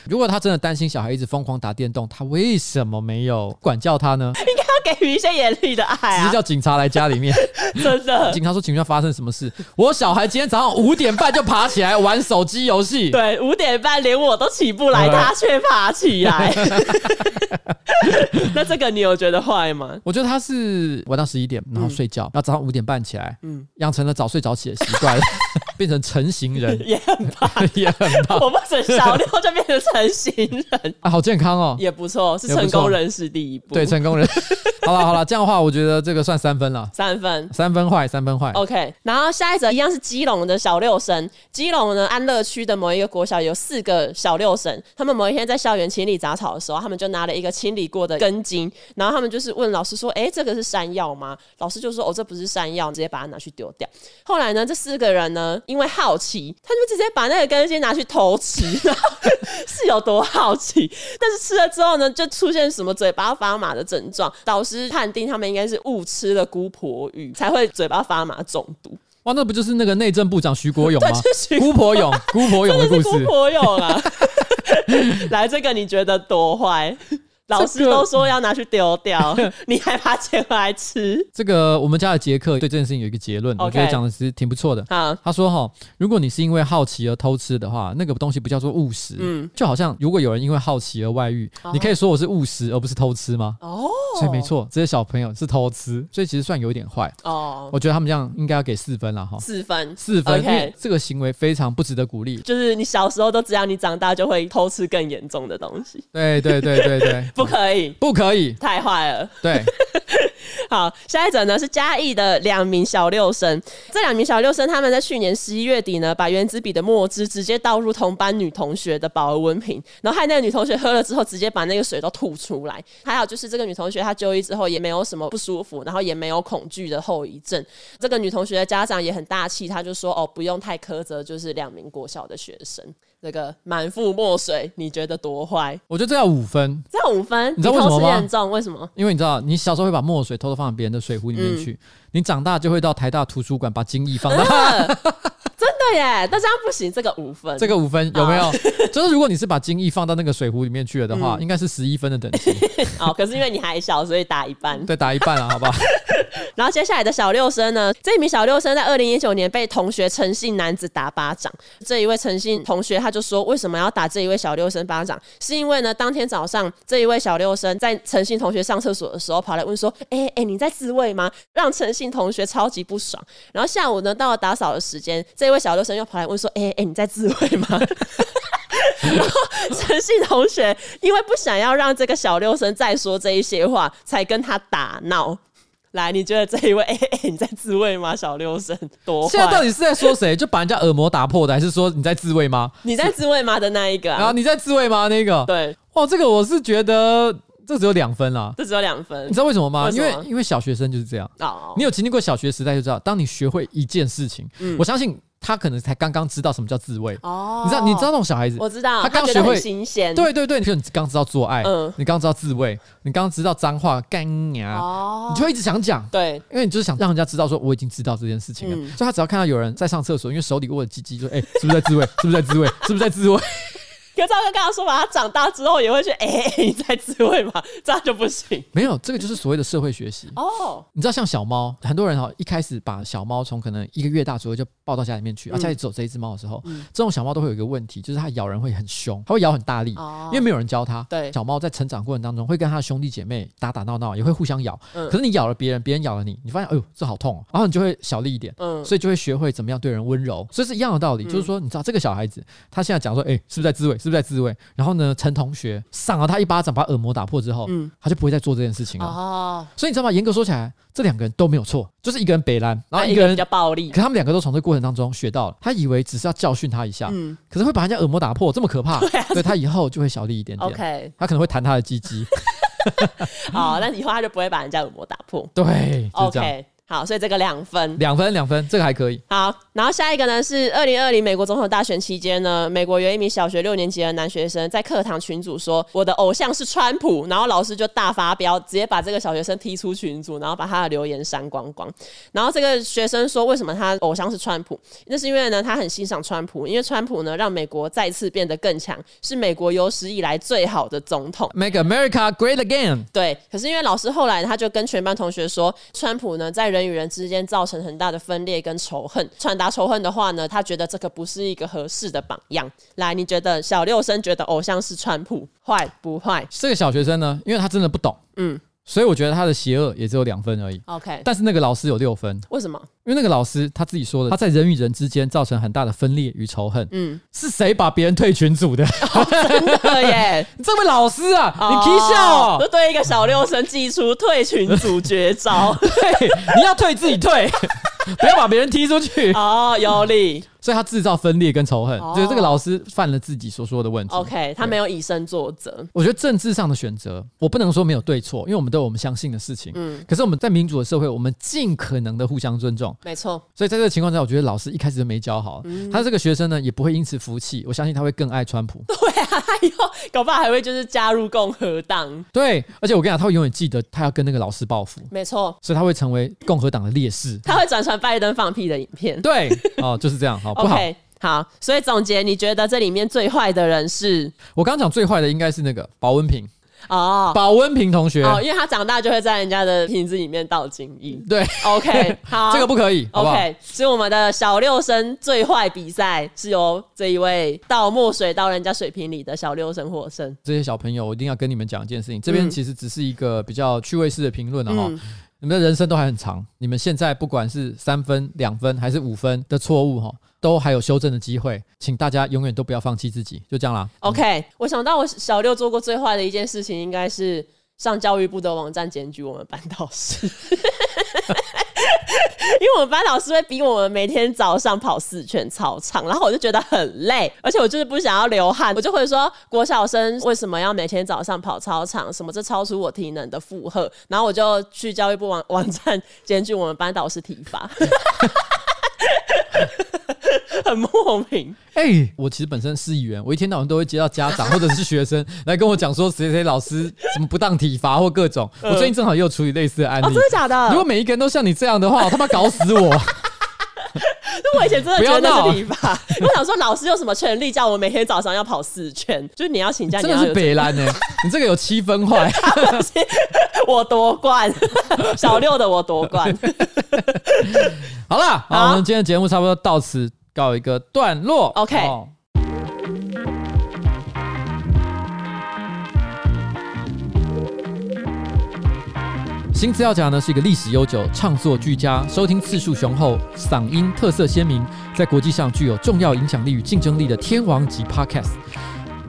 [SPEAKER 2] 如果他真的担心小孩一直疯狂打电动，他为什么没有管教他呢？
[SPEAKER 1] 要给予一些严厉的爱
[SPEAKER 2] 直接
[SPEAKER 1] 啊，
[SPEAKER 2] 叫警察来家 里面。
[SPEAKER 1] 真的。
[SPEAKER 2] 警察说：“请问发生什么事？我小孩今天早上五点半就爬起来玩手机游戏。”
[SPEAKER 1] 对，五点半连我都起不来，
[SPEAKER 2] 对
[SPEAKER 1] 他却爬起 来。那这个你有觉得坏吗？
[SPEAKER 2] 我觉得他是玩到十一点，然后睡觉，
[SPEAKER 1] 嗯
[SPEAKER 2] 然后早上五点半起来，嗯，养成了早睡早起的习 惯，变成成型人
[SPEAKER 1] 也很棒，
[SPEAKER 2] 也很棒
[SPEAKER 1] 我不准小六就变成成型人，
[SPEAKER 2] 啊，好健康哦。
[SPEAKER 1] 也不错，是
[SPEAKER 2] 也不
[SPEAKER 1] 成
[SPEAKER 2] 错
[SPEAKER 1] 功人士第一步。
[SPEAKER 2] 对，成功人。好了好了，这样的话，我觉得这个算三分了，
[SPEAKER 1] 三分。
[SPEAKER 2] 三分坏，三分坏。
[SPEAKER 1] OK，然后下一则一样是基隆的小六生。基隆呢，安乐区的某一个国小有四个小六生，他们某一天在校园清理杂草的时候，他们就拿了一个清理过的根茎，然后他们就是问老师说：“诶，这个是山药吗？”老师就说：“哦，这不是山药，直接把它拿去丢掉。”后来呢，这四个人呢，因为好奇，他就直接把那个根茎拿去偷吃，然后是有多好奇？但是吃了之后呢，就出现什么嘴巴发麻的症状，导师判定他们应该是误吃了姑婆芋，才会嘴巴发麻中毒。
[SPEAKER 2] 哇，那不就是那个内政部长徐国勇吗
[SPEAKER 1] 对就是？徐
[SPEAKER 2] 姑婆 勇，姑婆勇
[SPEAKER 1] 真的
[SPEAKER 2] 的故
[SPEAKER 1] 是姑
[SPEAKER 2] 事。
[SPEAKER 1] 婆有 啦。来，这个你觉得多坏？老师都说要拿去丢掉， 你还把它捡回来吃？
[SPEAKER 2] 这个我们家的杰克对这件事情有一个结论
[SPEAKER 1] OK
[SPEAKER 2] 我觉得讲的其实挺不错的。
[SPEAKER 1] 好
[SPEAKER 2] 他说哈，如果你是因为好奇而偷吃的话，那个东西不叫做误食。
[SPEAKER 1] 嗯
[SPEAKER 2] 就好像如果有人因为好奇而外遇，你可以说我是误食而不是偷吃吗？
[SPEAKER 1] 哦
[SPEAKER 2] 所以没错，这些小朋友是偷吃，所以其实算有点坏。
[SPEAKER 1] 哦，
[SPEAKER 2] 我觉得他们这样应该要给四分了哈，
[SPEAKER 1] 四分，
[SPEAKER 2] 四分因为
[SPEAKER 1] OK，
[SPEAKER 2] 这个行为非常不值得鼓励。
[SPEAKER 1] 就是你小时候都知道，你长大就会偷吃更严重的东西，
[SPEAKER 2] 对对对 对对，
[SPEAKER 1] 不可以，
[SPEAKER 2] 不可以。
[SPEAKER 1] 太坏了。
[SPEAKER 2] 对，
[SPEAKER 1] 好，下一则呢是嘉义的两名小六生。这两名小六生他们在去年十一月底呢，把原子笔的墨汁直接倒入同班女同学的保温瓶，然后害那个女同学喝了之后，直接把那个水都吐出来。还好就是这个女同学她就医之后也没有什么不舒服，然后也没有恐惧的后遗症。这个女同学的家长也很大气，他就说：“哦，不用太苛责，就是两名国小的学生。”这个满腹墨水，你觉得多坏？
[SPEAKER 2] 我觉得这要五分。
[SPEAKER 1] 这样五分，
[SPEAKER 2] 你知道为什么
[SPEAKER 1] 偷吃也
[SPEAKER 2] 吗
[SPEAKER 1] 很重，为什么？嗯
[SPEAKER 2] 因为你知道，你小时候会把墨水偷偷放在别人的水壶里面去，你你长大就会到台大图书馆把精益放大。
[SPEAKER 1] 真的耶，但这样不行，这个五分，
[SPEAKER 2] 这个五分有没有？就是如果你是把精益放到那个水壶里面去了的
[SPEAKER 1] 嗯
[SPEAKER 2] 话，应该是十一分的等 级，
[SPEAKER 1] 哦，可是因为你还小，所以打一半。
[SPEAKER 2] 再打一半啊，好不好？
[SPEAKER 1] 然后接下来的小六生呢，这名小六生在二零一九年被同学陈姓男子打巴掌。这一位陈姓同学他就说，为什么要打这一位小六生巴掌？是因为呢，当天早上这一位小六生在陈姓同学上厕所的时候跑来问说，哎、哎、你在自慰吗？让陈姓同学超级不爽。然后下午呢，到了打扫的时间，这一位小六生又跑来问说，哎、哎、你在自慰吗？ 然后陈信同学因为不想要让这个小六生再说这一些话，才跟他打闹。来，你觉得这一位，哎、 哎你在自慰吗？小六生多
[SPEAKER 2] 现在到
[SPEAKER 1] 坏，
[SPEAKER 2] 底是在说谁？就把人家耳膜打破的，还是说你在自慰吗？
[SPEAKER 1] 你在自慰吗的那一个、
[SPEAKER 2] 然后
[SPEAKER 1] 啊，
[SPEAKER 2] 你在自慰吗？那个，
[SPEAKER 1] 对，
[SPEAKER 2] 哇，这个我是觉得这只有两分啦。
[SPEAKER 1] 这只有两分
[SPEAKER 2] 你知。道为什么吗？
[SPEAKER 1] 为什
[SPEAKER 2] 因
[SPEAKER 1] 么
[SPEAKER 2] 为因为小学生就是这样，
[SPEAKER 1] 哦，
[SPEAKER 2] 你有经历过小学时代就知道，当你学会一件事情，我相信他可能才刚刚知道什么叫自慰。
[SPEAKER 1] 嗯哦
[SPEAKER 2] 你知道你知道那种小孩子，
[SPEAKER 1] 我知道，
[SPEAKER 2] 他刚
[SPEAKER 1] 觉
[SPEAKER 2] 学
[SPEAKER 1] 得很
[SPEAKER 2] 会
[SPEAKER 1] 新鲜，
[SPEAKER 2] 对对对，你说你刚知道做爱，
[SPEAKER 1] 嗯
[SPEAKER 2] 你刚知道自慰，你刚知道脏话干呀，你就会一直想讲。
[SPEAKER 1] 哦对，嗯
[SPEAKER 2] 因为你就是想让人家知道，说我已经知道这件事情了，所以他只要看到有人在上厕所，因为手里握着鸡鸡，就哎、是不是在自慰？是不是在自慰？是不是在 自慰？
[SPEAKER 1] 可是赵哥刚刚说嘛，他长大之后也会觉得， 哎、哎你在自慰吗？这样就不行
[SPEAKER 2] 没有，这个就是所谓的社会学习。
[SPEAKER 1] 哦。
[SPEAKER 2] 你知道，像小猫，很多人哈哦一开始把小猫从可能一个月大左右就抱到家里
[SPEAKER 1] 嗯
[SPEAKER 2] 面去，啊，家里只有这一只猫的时候，这种小猫都会有一个问题，就是它咬人会很凶，它会咬很大力，因为没有人教它。
[SPEAKER 1] 哦对
[SPEAKER 2] 小猫在成长过程当中会跟它的兄弟姐妹打打闹闹，也会互相咬。
[SPEAKER 1] 嗯
[SPEAKER 2] 可是你咬了别人，别人咬了你，你发现哎呦这好痛、哦，然后你就会小力一点，
[SPEAKER 1] 嗯
[SPEAKER 2] 所以就会学会怎么样对人温柔。所以是一样的道理，就是说，你知道这个小孩子他现在讲说，哎、是不是在自慰？是不是在自慰？然后呢，陈同学赏了他一巴掌，把耳膜打破之后，
[SPEAKER 1] 嗯
[SPEAKER 2] 他就不会再做这件事情了。
[SPEAKER 1] 哦，
[SPEAKER 2] 所以你知道吗？严格说起来，这两个人都没有错，就是一个人北蓝，然
[SPEAKER 1] 然
[SPEAKER 2] 后
[SPEAKER 1] 后
[SPEAKER 2] 一
[SPEAKER 1] 一
[SPEAKER 2] 个
[SPEAKER 1] 个
[SPEAKER 2] 人
[SPEAKER 1] 比较暴力
[SPEAKER 2] 可，他们两个都从这过程当中学到了，他以为只是要教训他一下，
[SPEAKER 1] 嗯
[SPEAKER 2] 可是会把人家耳膜打破，这么 可怕，对,、他以后就会小力一点点
[SPEAKER 1] 啊 OK
[SPEAKER 2] 他可能会弹他的 鸡鸡，
[SPEAKER 1] 好，那以后他就不会把人家耳膜打破。
[SPEAKER 2] 对，就是这样，
[SPEAKER 1] OK，好，所以这个两分。
[SPEAKER 2] 两分两分，这个还可以，
[SPEAKER 1] 好，然后下一个呢是二零二零美国总统大选期间呢，美国有一名小学六年级的男学生在课堂群组说我的偶像是川普，然后老师就大发飙，直接把这个小学生踢出群组，然后把他的留言删光光。然后这个学生说为什么他偶像是川普？那是因为呢他很欣赏川普，因为川普呢让美国再次变得更强，是美国有史以来最好的总统。
[SPEAKER 2] Make America Great Again。
[SPEAKER 1] 对，可是因为老师后来他就跟全班同学说，川普呢在人与人之间造成很大的分裂跟仇恨，传达仇恨的话呢，他觉得这个不是一个合适的榜样。来，你觉得小六生觉得偶像是川普坏不坏
[SPEAKER 2] 这个小学生呢，因为他真的不懂，
[SPEAKER 1] 嗯
[SPEAKER 2] 所以我觉得他的邪恶也只有两分而已。
[SPEAKER 1] ？OK，
[SPEAKER 2] 但是那个老师有六分，
[SPEAKER 1] 为什么？
[SPEAKER 2] 因为那个老师他自己说的，他在人与人之间造成很大的分裂与仇恨。嗯，是谁把别人退群组 的？
[SPEAKER 1] 真的 耶！
[SPEAKER 2] 这位老师啊，你踢笑
[SPEAKER 1] 哦就
[SPEAKER 2] 哦，
[SPEAKER 1] 对一个小六生祭出退群组绝招
[SPEAKER 2] 对， 你要退自己退， 不要把别人踢出去。
[SPEAKER 1] 哦，有理。
[SPEAKER 2] 所以他制造分裂跟仇恨，就是这个老师犯了自己所说的问题。
[SPEAKER 1] OK，他没有以身作则。
[SPEAKER 2] 我觉得政治上的选择，我不能说没有对错，因为我们都有我们相信的事情。
[SPEAKER 1] 嗯
[SPEAKER 2] 可是我们在民主的社会，我们尽可能的互相尊重。
[SPEAKER 1] 没错，
[SPEAKER 2] 所以在这个情况下，我觉得老师一开始就没教好，
[SPEAKER 1] 嗯
[SPEAKER 2] 他这个学生呢也不会因此服气，我相信他会更爱川 普。
[SPEAKER 1] 对啊，他以后搞不好还会就是加入共和党。
[SPEAKER 2] 对，而且我跟你讲，他会永远记得他要跟那个老师报复，
[SPEAKER 1] 没错，
[SPEAKER 2] 所以他会成为共和党的烈士。
[SPEAKER 1] 他会转传拜登放屁的影片。
[SPEAKER 2] 对，哦，就是这样，好不好？
[SPEAKER 1] OK，好，所以总结，你觉得这里面最坏的人是
[SPEAKER 2] 我刚刚讲最坏的应该是那个保温瓶，
[SPEAKER 1] 哦
[SPEAKER 2] 保温瓶同学，
[SPEAKER 1] 哦，因为他长大就会在人家的瓶子里面倒精 液。
[SPEAKER 2] 对
[SPEAKER 1] OK，好，
[SPEAKER 2] 这个不可以，好不
[SPEAKER 1] 哦
[SPEAKER 2] 好
[SPEAKER 1] OK，所以我们的小六生最坏比赛是由这一位倒墨水到人家水瓶里的小六生获胜。
[SPEAKER 2] 这些小朋友，我一定要跟你们讲一件事情，这
[SPEAKER 1] 嗯
[SPEAKER 2] 边其实只是一个比较趣味式的评论了哈。你们的人生都还很长，你们现在不管是三分、两分还是五分的错误哈，都还有修正的机会，请大家永远都不要放弃自己，就这样啦。
[SPEAKER 1] OK，我想到我小六做过最坏的一件事情，应该是上教育部的网站检举我们班导师， 因为我们班老师会逼我们每天早上跑四圈操场，然后我就觉得很累，而且我就是不想要流汗，我就会说国小生为什么要每天早上跑操场，什么这超出我体能的负荷，然后我就去教育部网网站检举我们班导师体罚。 很莫名。
[SPEAKER 2] 哎、我其实本身是议员，我一天到晚都会接到家长或者是学生来跟我讲说谁谁老师什么不当体罚或各种。我最近正好也有处理类似的案例，
[SPEAKER 1] 哦，真的假的？
[SPEAKER 2] 如
[SPEAKER 1] 如果
[SPEAKER 2] 果每一个人都像你这样的话，我他妈搞死我！
[SPEAKER 1] 我以前真的觉得
[SPEAKER 2] 不要
[SPEAKER 1] 那
[SPEAKER 2] 闹
[SPEAKER 1] 是体罚， 我想说老师有什么权利叫我每天早上要跑四圈？就是你要请 假，
[SPEAKER 2] 真
[SPEAKER 1] 你
[SPEAKER 2] 的
[SPEAKER 1] 要
[SPEAKER 2] 是
[SPEAKER 1] 有
[SPEAKER 2] 北兰呢、你这个有七分 坏。
[SPEAKER 1] 我夺冠，小六的我夺 冠。
[SPEAKER 2] 好啦，好，
[SPEAKER 1] 好
[SPEAKER 2] 我们今天的节目差不多到此告一个段落。
[SPEAKER 1] OK
[SPEAKER 2] 哦新资料夹呢是一个历史悠久、唱作俱佳、收听次数雄厚、嗓音特色鲜明，在国际上具有重要影响力与竞争力的天王级 Podcast。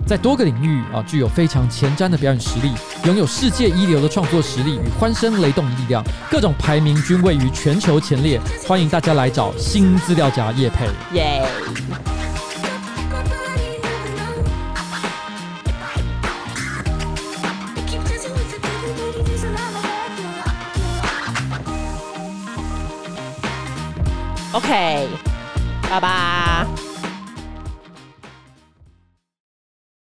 [SPEAKER 2] 在多个领域啊具有非常前瞻的表演实力，拥有世界一流的创作实力与欢声雷动的力量，各种排名均位于全球前列。欢迎大家来找新资料夹叶配。
[SPEAKER 1] 耶、o k 爸爸，